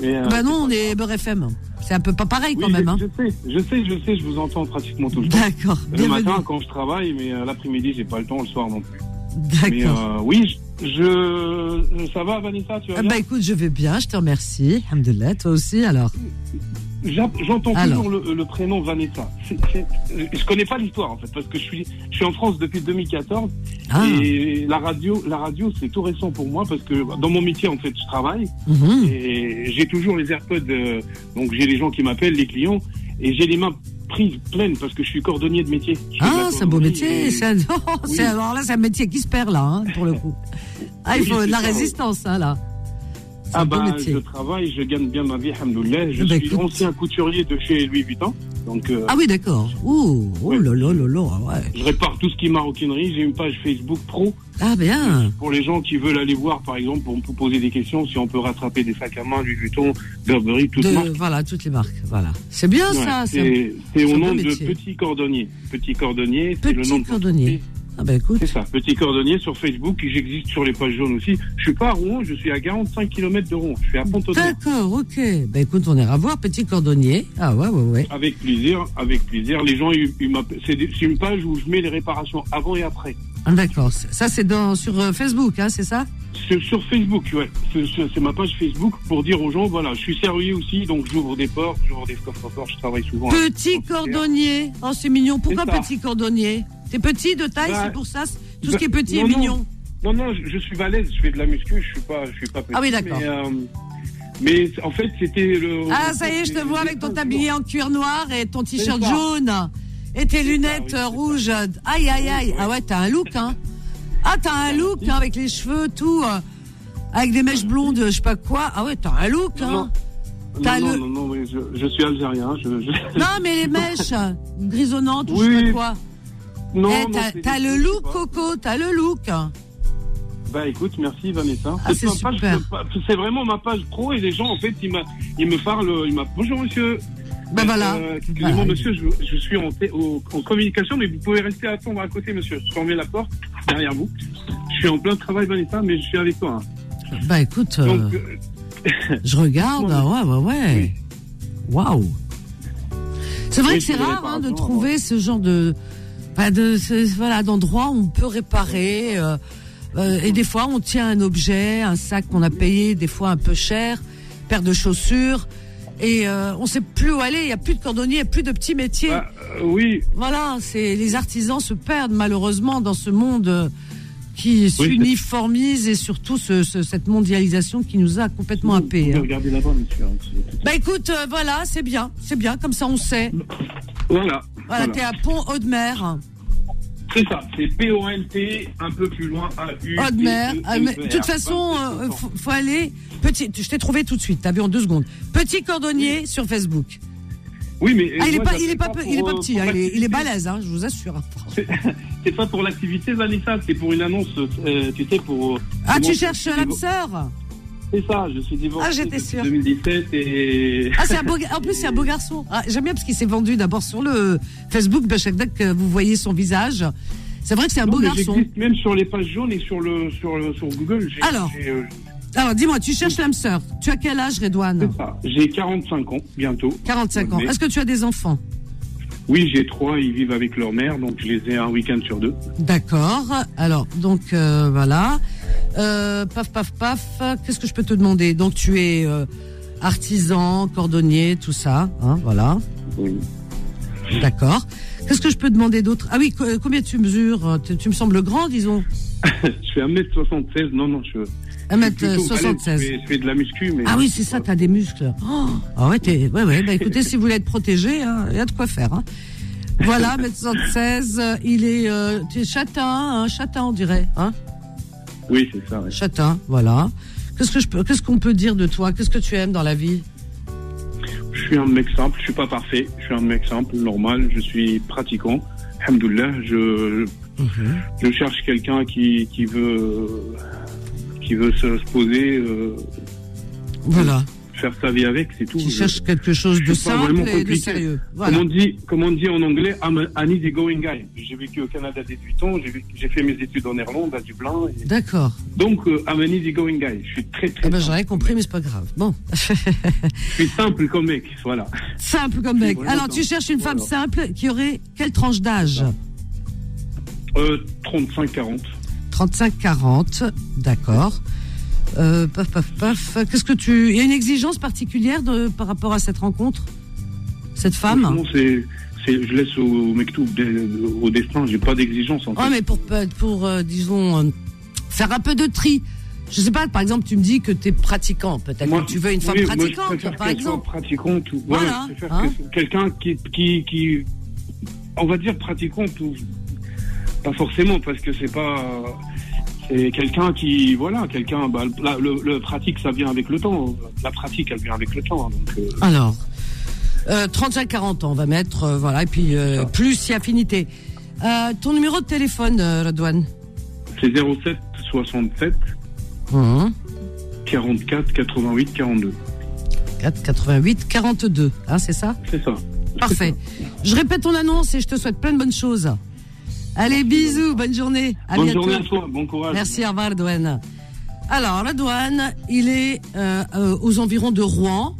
Speaker 8: Mais, euh,
Speaker 2: bah non on est Beurre FM c'est un peu pas pareil
Speaker 8: oui,
Speaker 2: quand même hein.
Speaker 8: je, je sais, je sais, je sais, je vous entends pratiquement tout le temps.
Speaker 2: D'accord.
Speaker 8: Le matin quand je travaille, mais euh, l'après-midi, j'ai pas le temps, le soir non plus. Mais
Speaker 2: d'accord
Speaker 8: euh, oui, je, je- ça va, Vanessa, tu vas
Speaker 2: Ah
Speaker 8: bien
Speaker 2: bah écoute je vais bien je te remercie Alhamdoulilah toi aussi alors
Speaker 8: J'a- J'entends
Speaker 2: Alors.
Speaker 8: toujours le, le prénom Vanessa. C'est- c'est- euh, je connais pas l'histoire en fait parce que je suis je suis en France depuis 2014
Speaker 2: Ah.
Speaker 8: et la radio la radio c'est tout récent pour moi parce que dans mon métier en fait je travaille
Speaker 2: Mhm.
Speaker 8: et j'ai toujours les AirPods euh, donc j'ai les gens qui m'appellent les clients Et j'ai les mains prises pleines parce que je suis cordonnier de métier. Je fais de la
Speaker 2: Ah, c'est un beau
Speaker 8: cordonnerie
Speaker 2: métier.
Speaker 8: et-
Speaker 2: c'est un- non,
Speaker 8: Oui.
Speaker 2: c'est- alors là, c'est un métier qui se perd, là, hein, pour le coup. Ah, il
Speaker 8: Oui,
Speaker 2: faut de la
Speaker 8: c'est ça.
Speaker 2: résistance, hein, là. C'est
Speaker 8: Ah
Speaker 2: un beau
Speaker 8: bah,
Speaker 2: métier.
Speaker 8: je travaille, je gagne bien ma vie, alhamdoulilah. Je
Speaker 2: Bah,
Speaker 8: suis
Speaker 2: écoute.
Speaker 8: ancien couturier de chez Louis Vuitton. Donc, euh,
Speaker 2: Ah oui, d'accord. Ouh, oh là là là là, ah ouais.
Speaker 8: je répare tout ce qui est maroquinerie. J'ai une page Facebook pro
Speaker 2: Ah bien.
Speaker 8: pour les gens qui veulent aller voir, par exemple, pour me poser des questions, si on peut rattraper des sacs à main, Louis Vuitton, Burberry, toutes
Speaker 2: De-
Speaker 8: marques.
Speaker 2: voilà, toutes les marques, voilà. C'est bien,
Speaker 8: Ouais,
Speaker 2: ça.
Speaker 8: c'est- C'est
Speaker 2: un
Speaker 8: au
Speaker 2: beau
Speaker 8: nom de
Speaker 2: métier.
Speaker 8: Petit Cordonnier. Petit Cordonnier, c'est le nom
Speaker 2: Petit
Speaker 8: de
Speaker 2: cordonnier. Ah ben écoute.
Speaker 8: C'est ça, Petit Cordonnier sur Facebook, et j'existe sur les pages jaunes aussi. Je suis pas à Rouen, je suis à 45 km de Rouen. Je suis à pont
Speaker 2: D'accord, ok. Ben écoute, on ira voir Petit Cordonnier. Ah ouais, ouais, ouais.
Speaker 8: Avec plaisir, avec plaisir. Les gens, ils, ils m'appellent- c'est des- c'est une page où je mets les réparations avant et après.
Speaker 2: Ah, d'accord. Ça, c'est dans sur euh, Facebook, hein, c'est ça
Speaker 8: Sur, sur Facebook, ouais. C'est- C'est c'est ma page Facebook pour dire aux gens, voilà, je suis sérieux aussi, donc j'ouvre des portes, j'ouvre des coffres forts, je travaille souvent.
Speaker 2: Petit cordonnier. Oh, c'est mignon. Pourquoi
Speaker 8: C'est ça.
Speaker 2: petit cordonnier T'es petit de taille,
Speaker 8: Bah,
Speaker 2: c'est pour ça. c'est- Tout ce
Speaker 8: Bah,
Speaker 2: qui est petit est
Speaker 8: non, non.
Speaker 2: mignon.
Speaker 8: Non, non, je, je suis balèze, je fais de la muscu, je suis pas, je suis pas petit.
Speaker 2: Ah oui, d'accord.
Speaker 8: Mais, euh, mais en fait, c'était le.
Speaker 2: Ah, ça y est, je te
Speaker 8: c'était-
Speaker 2: vois avec ton tablier en cuir noir et ton t-shirt
Speaker 8: C'est ça.
Speaker 2: jaune et tes lunettes euh, rouges. Aïe, aïe, aïe. Ah ouais, t'as un look, hein. Ah, t'as un look, hein, avec les cheveux, tout. euh, Avec des mèches blondes, je sais pas quoi. Ah ouais, t'as un look,
Speaker 8: Non,
Speaker 2: hein.
Speaker 8: Non,
Speaker 2: T'as
Speaker 8: non,
Speaker 2: le-
Speaker 8: non, non, oui, je, je suis algérien. Je, je-
Speaker 2: Non, mais les mèches euh, grisonnantes ou je sais pas quoi.
Speaker 8: Non,
Speaker 2: Eh,
Speaker 8: non,
Speaker 2: t'as-
Speaker 8: c'est-
Speaker 2: t'as le
Speaker 8: je sais
Speaker 2: look,
Speaker 8: pas.
Speaker 2: Coco, t'as le look.
Speaker 8: Bah écoute, merci Vanessa.
Speaker 2: Ah, c'est
Speaker 8: ma page-
Speaker 2: super.
Speaker 8: c'est- C'est vraiment ma page pro et les gens en fait ils, m'a- ils me parlent, ils m'a bonjour monsieur. Euh,
Speaker 2: Ben voilà.
Speaker 8: Excusez-moi
Speaker 2: Voilà.
Speaker 8: monsieur, je, je suis en, thé- au- en communication mais vous pouvez rester à attendre à côté monsieur. Je fermais la porte derrière vous. Je suis en plein travail Vanessa mais je suis avec toi. hein.
Speaker 2: Bah écoute, euh,
Speaker 8: Donc, euh,
Speaker 2: je regarde, ah ouais, ouais, ouais. Waouh. C'est vrai
Speaker 8: Oui,
Speaker 2: que c'est
Speaker 8: c'est des
Speaker 2: rare hein, de
Speaker 8: réparations,
Speaker 2: trouver ce genre de, enfin, de ce- voilà, d'endroits où on peut réparer. euh, euh, et des fois, on tient un objet, un sac qu'on a payé, des fois un peu cher, paire de chaussures, et euh, on sait plus où aller. Il y a plus de cordonniers, il y a plus de petits métiers.
Speaker 8: euh, oui.
Speaker 2: Voilà, c'est les artisans se perdent malheureusement dans ce monde euh, qui s'uniformise et surtout ce- ce- cette mondialisation qui nous a complètement
Speaker 8: Vous
Speaker 2: happés.
Speaker 8: pouvez
Speaker 2: hein.
Speaker 8: regarder là-bas monsieur. hein, c'est-
Speaker 2: Bah écoute, euh, voilà, c'est bien, c'est bien, comme ça on sait.
Speaker 8: Voilà.
Speaker 2: Voilà, t'es à Pont Audemer.
Speaker 8: C'est ça, c'est P-O-N-T, un peu plus loin, A-U.
Speaker 2: Audemer. Ah, mais De toute façon, euh, faut, faut aller. Petit, je t'ai trouvé tout de suite, t'as vu en deux secondes. Petit cordonnier sur Facebook.
Speaker 8: Oui, mais. euh,
Speaker 2: Ah, il est
Speaker 8: moi,
Speaker 2: pas,
Speaker 8: j'appelle
Speaker 2: il est pas, peu-
Speaker 8: pour,
Speaker 2: il est
Speaker 8: euh,
Speaker 2: pas petit,
Speaker 8: pour
Speaker 2: hein, il, est, il est
Speaker 8: l'activité.
Speaker 2: balèze, hein, je vous assure.
Speaker 8: C'est pas pour l'activité, Vanessa, c'est pour une annonce, euh, tu sais, pour.
Speaker 2: Ah,
Speaker 8: pour
Speaker 2: tu
Speaker 8: moi,
Speaker 2: cherches
Speaker 8: je suis
Speaker 2: l'âme
Speaker 8: divorcé.
Speaker 2: sœur
Speaker 8: C'est ça, je suis divorcé.
Speaker 2: Ah, j'étais
Speaker 8: depuis
Speaker 2: sûre.
Speaker 8: 2017 et.
Speaker 2: Ah, c'est un beau, ga- en plus, c'est un beau garçon. Ah, J'aime bien parce qu'il s'est vendu d'abord sur le Facebook. bah, chaque fois que vous voyez son visage. C'est vrai que c'est un
Speaker 8: Non,
Speaker 2: beau
Speaker 8: mais
Speaker 2: garçon.
Speaker 8: j'existe Même sur les pages jaunes et sur, le, sur, le, sur Google. j'ai-
Speaker 2: Alors.
Speaker 8: j'ai, euh,
Speaker 2: Alors, dis-moi, tu cherches l'âme sœur. Tu as quel âge, Redouane
Speaker 8: ah, J'ai 45 ans, bientôt.
Speaker 2: 45 ans.
Speaker 8: Mais-
Speaker 2: Est-ce que tu as des enfants
Speaker 8: Oui, j'ai trois, ils vivent avec leur mère, donc je les ai un week-end sur deux.
Speaker 2: D'accord. Alors, donc, euh, voilà. Euh, paf, paf, paf. Qu'est-ce que je peux te demander Donc, tu es euh, artisan, cordonnier, tout ça. Hein, voilà.
Speaker 8: Oui.
Speaker 2: D'accord. Qu'est-ce que je peux demander d'autre Ah oui, co- euh, combien tu mesures tu, tu me sembles grand, disons.
Speaker 8: je fais 1m76, non, non, je.
Speaker 2: 1m76.
Speaker 8: Je fais, je fais de la muscu, mais.
Speaker 2: Ah oui, c'est ça, t'as des muscles. Oh, ah ouais, t'es- ouais, ouais, bah écoutez, si vous voulez être protégé, hein, il y a de quoi faire. hein. Voilà, 1m76, euh, il est, euh, tu es châtain, hein, châtain on dirait. Hein
Speaker 8: Oui, c'est ça, ouais.
Speaker 2: châtain, voilà. Qu'est-ce que je peux, qu'est-ce qu'on peut dire de toi Qu'est-ce que tu aimes dans la vie
Speaker 8: Je suis un mec simple, je suis pas parfait, je suis un mec simple, normal, je suis pratiquant. Alhamdoulilah, je,
Speaker 2: Mhm.
Speaker 8: je cherche quelqu'un qui, qui veut, qui veut se, se poser, euh,
Speaker 2: Voilà,
Speaker 8: faire sa vie avec, c'est tout.
Speaker 2: tu
Speaker 8: Je-
Speaker 2: cherches quelque chose
Speaker 8: je
Speaker 2: de
Speaker 8: suis pas
Speaker 2: simple
Speaker 8: vraiment
Speaker 2: et de
Speaker 8: compliqué.
Speaker 2: sérieux. Voilà.
Speaker 8: Comme, on dit, comme on dit en anglais, I'm a- an easygoing guy. J'ai vécu au Canada 18 ans, j'ai vécu- j'ai fait mes études en Irlande, à Dublin. et-
Speaker 2: D'accord.
Speaker 8: donc, euh, I'm an easygoing guy. Je suis très, très
Speaker 2: Eh ben,
Speaker 8: simple.
Speaker 2: j'aurais compris, mais c'est pas grave. Bon,
Speaker 8: Je suis simple comme mec, voilà.
Speaker 2: simple comme mec.
Speaker 8: vraiment
Speaker 2: Alors, tu
Speaker 8: simple.
Speaker 2: cherches une femme
Speaker 8: Voilà.
Speaker 2: simple qui aurait quelle tranche d'âge
Speaker 8: Euh, 35-40.
Speaker 2: 35-40, d'accord. Euh, paf, paf, paf. Qu'est-ce que tu. Il y a une exigence particulière de, par rapport à cette rencontre Cette femme
Speaker 8: Franchement, c'est, c'est, je laisse au mec tout, au destin. J'ai pas d'exigence en
Speaker 2: Oh,
Speaker 8: fait.
Speaker 2: mais pour, pour euh, disons, euh, faire un euh, peu de tri. Je sais pas, par exemple, tu me dis que tu es pratiquant, peut-être
Speaker 8: Moi,
Speaker 2: que tu veux une femme
Speaker 8: oui, moi, je
Speaker 2: pratiquante,
Speaker 8: préfère
Speaker 2: par
Speaker 8: qu'elle soit
Speaker 2: exemple.
Speaker 8: pratiquante ou-
Speaker 2: Voilà,
Speaker 8: voilà, je préfère
Speaker 2: hein.
Speaker 8: que- quelqu'un qui, qui, qui, on va dire pratiquante ou pas forcément parce que c'est pas, c'est quelqu'un qui, voilà, quelqu'un, bah, la- le, le pratique ça vient avec le temps, la pratique elle vient avec le temps. Donc, euh,
Speaker 2: Alors, euh, 35-40 ans, on va mettre, euh, voilà, et puis euh, plus si affinité. Euh, ton numéro de téléphone, euh, Radouane
Speaker 8: c'est 07 67
Speaker 2: Mhm.
Speaker 8: 44 88 42.
Speaker 2: 4 88 42, hein, c'est ça
Speaker 8: C'est ça.
Speaker 2: Parfait. Je répète ton annonce et je te souhaite plein de bonnes choses. Allez, bisous, bonne journée. À
Speaker 8: Bonne
Speaker 2: bientôt.
Speaker 8: journée à toi, bon courage.
Speaker 2: Merci, au revoir, Douane. Alors, la douane, il est euh, euh, aux environs de Rouen.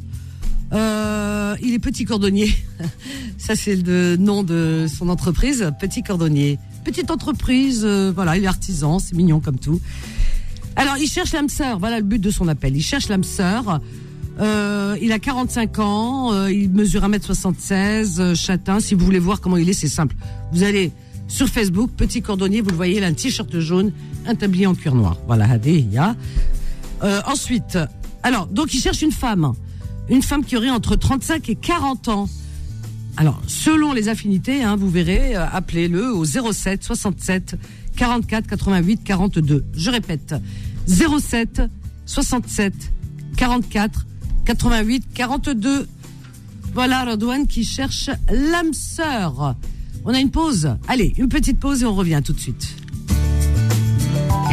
Speaker 2: Euh, il est petit cordonnier. Ça, c'est le nom de son entreprise, Petit Cordonnier. Petite entreprise, euh, voilà, il est artisan, c'est mignon comme tout. Alors, il cherche l'âme sœur, voilà le but de son appel. Il cherche l'âme sœur. Euh, il a 45 ans, euh, il mesure 1m76, euh, châtain. Si vous voulez voir comment il est, c'est simple. Vous allez sur Facebook, Petit Cordonnier, vous le voyez, il a un t-shirt jaune, un tablier en cuir noir. Voilà, Hadé, il y a. Euh, ensuite, alors, donc il cherche une femme. Une femme qui aurait entre 35 et 40 ans. Alors, selon les affinités, hein, vous verrez, euh, appelez-le au 07 67 44 88 42. Je répète, 07 67 44 88 42. Voilà Rodouane qui cherche l'âme sœur. On a une pause. Allez, une petite pause et on revient tout de suite.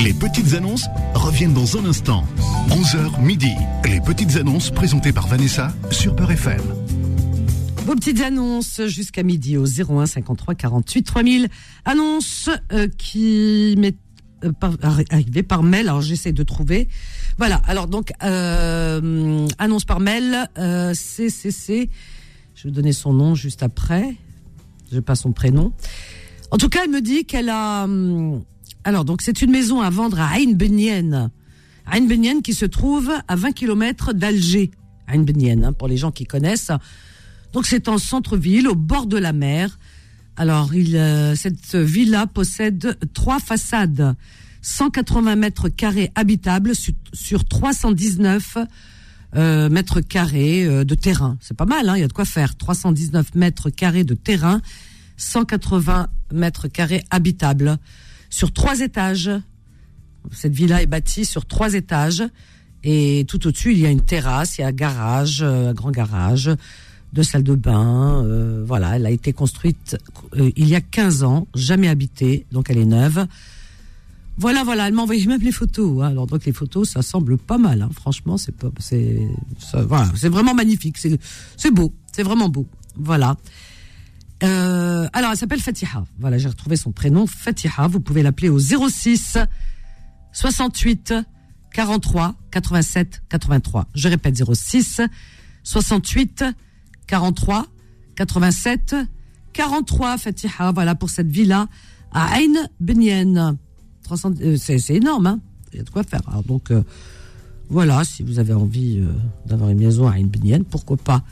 Speaker 1: Les petites annonces reviennent dans un instant. 11h midi. Les petites annonces présentées par Vanessa sur Peur FM.
Speaker 2: Vos petites annonces jusqu'à midi au 01 53 48 3000. Annonce euh, qui m'est euh, par- arri- arrivée par mail. Alors j'essaie de trouver. Voilà. Alors donc euh, annonce par mail. Euh, CCC. Je vais vous donner son nom juste après. Je pas son prénom. En tout cas, elle me dit qu'elle a. hum, Alors donc c'est une maison à vendre à Ain Benyen. Ain Benyen qui se trouve à 20 km d'Alger. Ain Benyen hein, pour les gens qui connaissent. Donc c'est en centre-ville, au bord de la mer. Alors il, euh, cette villa possède trois façades, 180 mètres carrés habitables sur, sur 319 euh, mètres carrés euh, de terrain. C'est pas mal, hein, il y a de quoi faire. 319 mètres carrés de terrain, 180 mètres carrés habitables sur trois étages. Cette villa est bâtie sur trois étages. Et tout au-dessus, il y a une terrasse, il y a un garage, euh, un grand garage, deux salles de bain. euh, voilà, elle a été construite euh, il y a 15 ans, jamais habitée, donc elle est neuve. Voilà, voilà, elle m'a envoyé même les photos. hein. Alors donc les photos, ça semble pas mal. hein. Franchement, c'est pas, c'est, ça- voilà, c'est vraiment magnifique. C'est, c'est beau, c'est vraiment beau. Voilà. Euh, alors elle s'appelle Fatiha. Voilà, j'ai retrouvé son prénom, Fatiha. Vous pouvez l'appeler au 06 68 43 87 83. Je répète 06 68 43 87 43 Fatiha. Voilà pour cette villa à Ain Ben Benyen. 300 euh, c'est c'est énorme, hein Il y a de quoi faire. Alors donc euh, voilà, si vous avez envie euh, d'avoir une maison à Ain Benyen, pourquoi pas.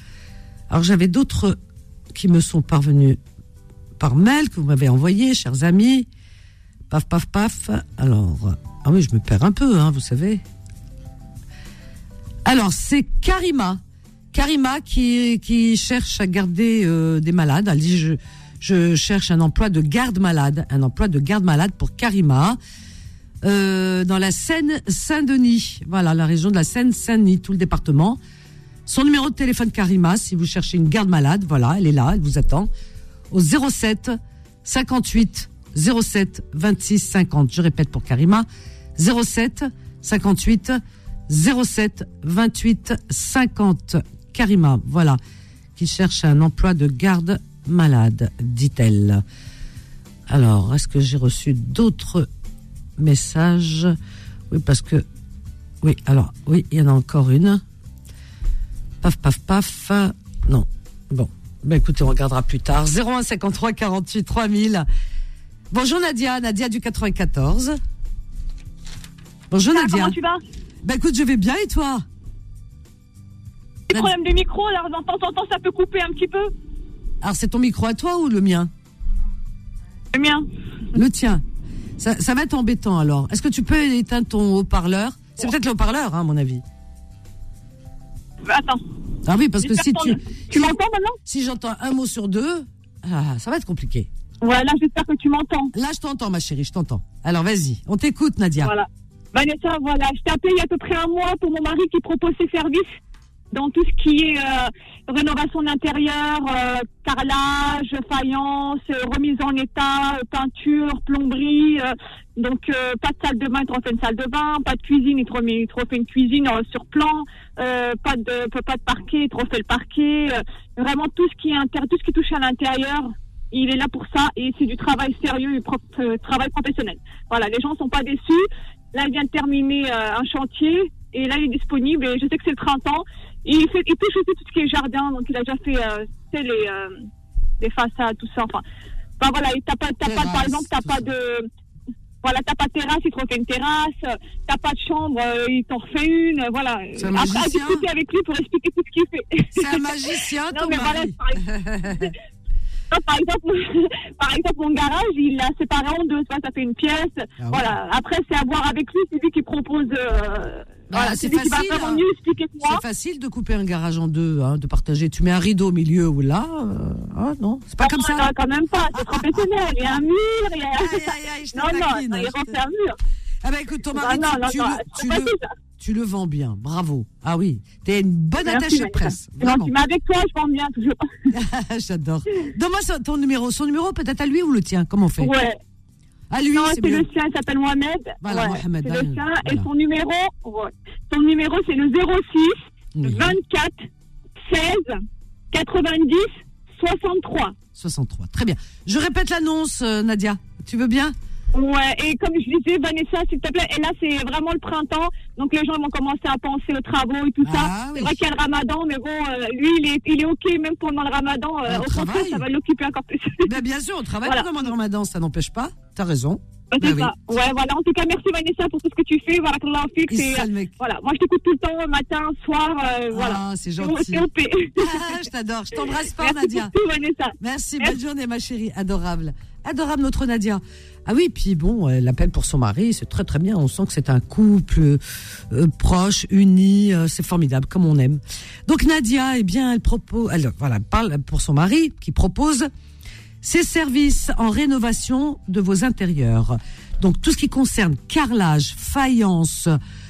Speaker 2: Alors j'avais d'autres qui me sont parvenus par mail que vous m'avez envoyé, chers amis. Paf, paf, paf. Alors, ah oui, je me perds un peu, hein, vous savez. Alors, c'est Karima. Karima qui, qui cherche à garder euh, des malades. Elle dit, je, je cherche un emploi de garde-malade. Un emploi de garde-malade pour Karima. euh, dans la Seine-Saint-Denis. Voilà, la région de la Seine-Saint-Denis, tout le département. Son numéro de téléphone Karima, si vous cherchez une garde malade, voilà, elle est là, elle vous attend. Au 07 58 07 26 50. Je répète pour Karima, 07 58 07 28 50. Karima, voilà, qui cherche un emploi de garde malade, dit-elle. Alors, est-ce que j'ai reçu d'autres messages Oui, parce que. Oui, alors, oui, il y en a encore une. Paf, paf, paf. Non. Bon. Ben écoutez, on regardera plus tard. 01 53 48 3000. Bonjour Nadia, Nadia du 94. Bonjour
Speaker 11: Ça va,
Speaker 2: Nadia.
Speaker 11: comment tu vas
Speaker 2: Ben écoute, je vais bien et toi
Speaker 11: Petit problème de micro, alors de temps en temps ça peut couper un petit peu.
Speaker 2: Alors c'est ton micro à toi ou le mien
Speaker 11: Le mien.
Speaker 2: Le tien. Ça, ça va être embêtant alors. Est-ce que tu peux éteindre ton haut-parleur C'est peut-être le haut-parleur, hein, à mon avis.
Speaker 11: Bah, Attends.
Speaker 2: Ah oui, parce que si
Speaker 11: J'espère
Speaker 2: tu.
Speaker 11: qu'on- Tu m'entends maintenant
Speaker 2: Si j'entends un mot sur deux, ah, ça va être compliqué.
Speaker 11: Ouais, là, j'espère que tu m'entends.
Speaker 2: Là, je t'entends, ma chérie, je t'entends. Alors, vas-y, on t'écoute, Nadia.
Speaker 11: Voilà. Vanessa, voilà, je t'ai appelé il y a à peu près un mois pour mon mari qui propose ses services dans tout ce qui est euh, rénovation d'intérieur, euh, carrelage, faïence, euh, remise en état, euh, peinture, plomberie. euh, donc, euh, pas de salle de bain, il te refait une salle de bain, pas de cuisine, il te remet- il te refait une cuisine euh, sur plan, euh, pas, de, pas de parquet, il te refait le parquet. euh, vraiment, tout ce, qui est inter- tout ce qui touche à l'intérieur, il est là pour ça et c'est du travail sérieux, du pro- euh, travail professionnel. Voilà, les gens sont pas déçus. Là, il vient de terminer euh, un chantier et là, il est disponible. Et je sais que c'est le printemps. Et il, fait, il touche aussi tout ce qui est jardin, donc il a déjà fait euh, tu sais, les, euh, les façades, tout ça. Enfin, bah voilà, et t'as pas, t'as pas, par exemple, t'as pas de. Voilà, t'as pas de terrasse, il te refait une terrasse. Euh, T'as pas de chambre, euh, il t'en refait une. euh, Voilà.
Speaker 2: C'est un
Speaker 11: Après, à
Speaker 2: magicien.
Speaker 11: discuter avec lui pour expliquer tout ce qu'il fait.
Speaker 2: C'est un magicien,
Speaker 11: Non,
Speaker 2: ton
Speaker 11: mais voilà,
Speaker 2: mari.
Speaker 11: par- Non, Ah, par exemple, par exemple, mon garage, il l'a séparé en deux. Tu vois, ça fait une pièce.
Speaker 2: Ah
Speaker 11: Voilà. Après, c'est à voir avec lui. C'est lui qui propose. euh, voilà,
Speaker 2: Bah, c'est
Speaker 11: lui qui va
Speaker 2: facile,
Speaker 11: vraiment
Speaker 2: hein.
Speaker 11: mieux expliquer que moi.
Speaker 2: C'est facile de couper un garage en deux, hein, de partager. Tu mets un rideau au milieu ou là, euh, hein, non C'est
Speaker 11: Ah,
Speaker 2: pas comme ça.
Speaker 11: Non, euh, quand même pas. C'est professionnel. Il y a un mur. Il y a...
Speaker 2: Aïe, aïe, aïe, je te
Speaker 11: non, non,
Speaker 2: taquine,
Speaker 11: non, il
Speaker 2: je te-
Speaker 11: rentre un mur.
Speaker 2: Ah bah écoute, ton
Speaker 11: Bah
Speaker 2: mari,
Speaker 11: non, non,
Speaker 2: tu- tu,
Speaker 11: non,
Speaker 2: le,
Speaker 11: c'est
Speaker 2: tu,
Speaker 11: pas
Speaker 2: le,
Speaker 11: tout ça.
Speaker 2: tu le vends bien, bravo. Ah oui, t'es une bonne
Speaker 11: Merci,
Speaker 2: attachée de
Speaker 11: Vanessa.
Speaker 2: presse.
Speaker 11: Non, tu m'as avec toi, je vends bien
Speaker 2: toujours. J'adore. Donne-moi son- ton numéro, son numéro peut-être à lui ou le tien, comment on fait
Speaker 11: Ouais.
Speaker 2: À lui,
Speaker 11: Non,
Speaker 2: c'est
Speaker 11: c'est
Speaker 2: mieux.
Speaker 11: le sien, il s'appelle Mohamed.
Speaker 2: Voilà, Mohamed,
Speaker 11: C'est le
Speaker 2: hein,
Speaker 11: sien. Et
Speaker 2: voilà.
Speaker 11: son numéro, ouais. son numéro, c'est le 06
Speaker 2: Mhm.
Speaker 11: 24 16 90 63.
Speaker 2: 63, très bien. Je répète l'annonce, euh, Nadia, tu veux bien
Speaker 11: Ouais, et comme je disais, Vanessa, s'il te plaît, et là, c'est vraiment le printemps, donc les gens vont commencer à penser aux travaux et tout
Speaker 2: Ah
Speaker 11: ça. C'est vrai qu'il y a le ramadan, mais bon, euh, lui, il est, il est OK même pendant le ramadan. euh,
Speaker 2: Ah,
Speaker 11: au
Speaker 2: le
Speaker 11: contraire,
Speaker 2: travail.
Speaker 11: ça va l'occuper encore plus.
Speaker 2: ben, Bien sûr, on travaille
Speaker 11: Voilà.
Speaker 2: pendant le ramadan, ça n'empêche pas, t'as raison.
Speaker 11: Ouais, c'est
Speaker 2: Ben oui.
Speaker 11: ça. Ouais, voilà. En tout cas, merci Vanessa pour tout ce que tu fais. Voilà, qu'on fixe.
Speaker 2: Il
Speaker 11: Et,
Speaker 2: sale, mec. Ah,
Speaker 11: voilà. Moi, je t'écoute tout le temps, matin, soir. euh, voilà.
Speaker 2: c'est gentil.
Speaker 11: C'est OP.
Speaker 2: Ah, je t'adore. Je t'embrasse fort,
Speaker 11: Merci
Speaker 2: Nadia.
Speaker 11: pour tout, Vanessa.
Speaker 2: Merci, bonne journée, ma chérie. Adorable. Adorable, notre Nadia. Ah oui, puis bon, elle appelle pour son mari, c'est très très bien. On sent que c'est un couple euh, euh, proche, uni, euh, c'est formidable, comme on aime. Donc Nadia, eh bien, elle propose, elle, voilà, parle pour son mari qui propose ses services en rénovation de vos intérieurs. Donc tout ce qui concerne carrelage, faïence,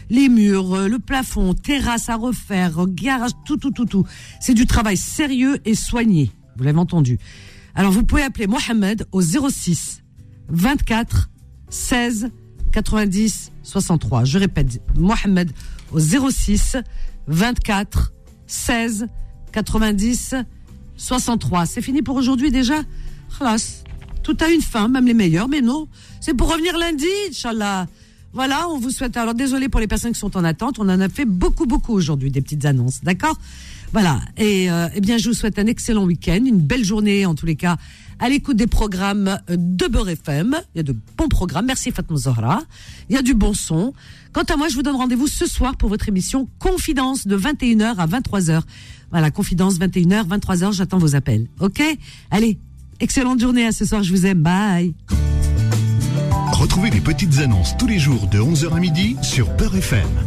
Speaker 2: les murs, euh, le plafond, terrasse à refaire, euh, garage, tout, tout, tout, tout. C'est du travail sérieux et soigné. Vous l'avez entendu. Alors vous pouvez appeler Mohamed au 06 24 16 90 63. Je répète, Mohamed au 06 24 16 90 63. C'est fini pour aujourd'hui déjà Khlas. Tout a une fin, même les meilleurs, mais non. C'est pour revenir lundi, Inch'Allah. Voilà, on vous souhaite. Alors, désolé pour les personnes qui sont en attente. On en a fait beaucoup, beaucoup aujourd'hui, des petites annonces, d'accord Voilà. Et euh, eh bien, je vous souhaite un excellent week-end, une belle journée, en tous les cas, à l'écoute des programmes euh, de Beurre FM. Il y a de bons programmes. Merci, Fatma Zahra. Il y a du bon son. Quant à moi, je vous donne rendez-vous ce soir pour votre émission Confidence de 21h à 23h. Voilà, Confidence 21h, 23h, j'attends vos appels. OK Allez, excellente journée à ce soir, je vous aime. Bye.
Speaker 1: Retrouvez les petites annonces tous les jours de 11h à midi sur Peur FM.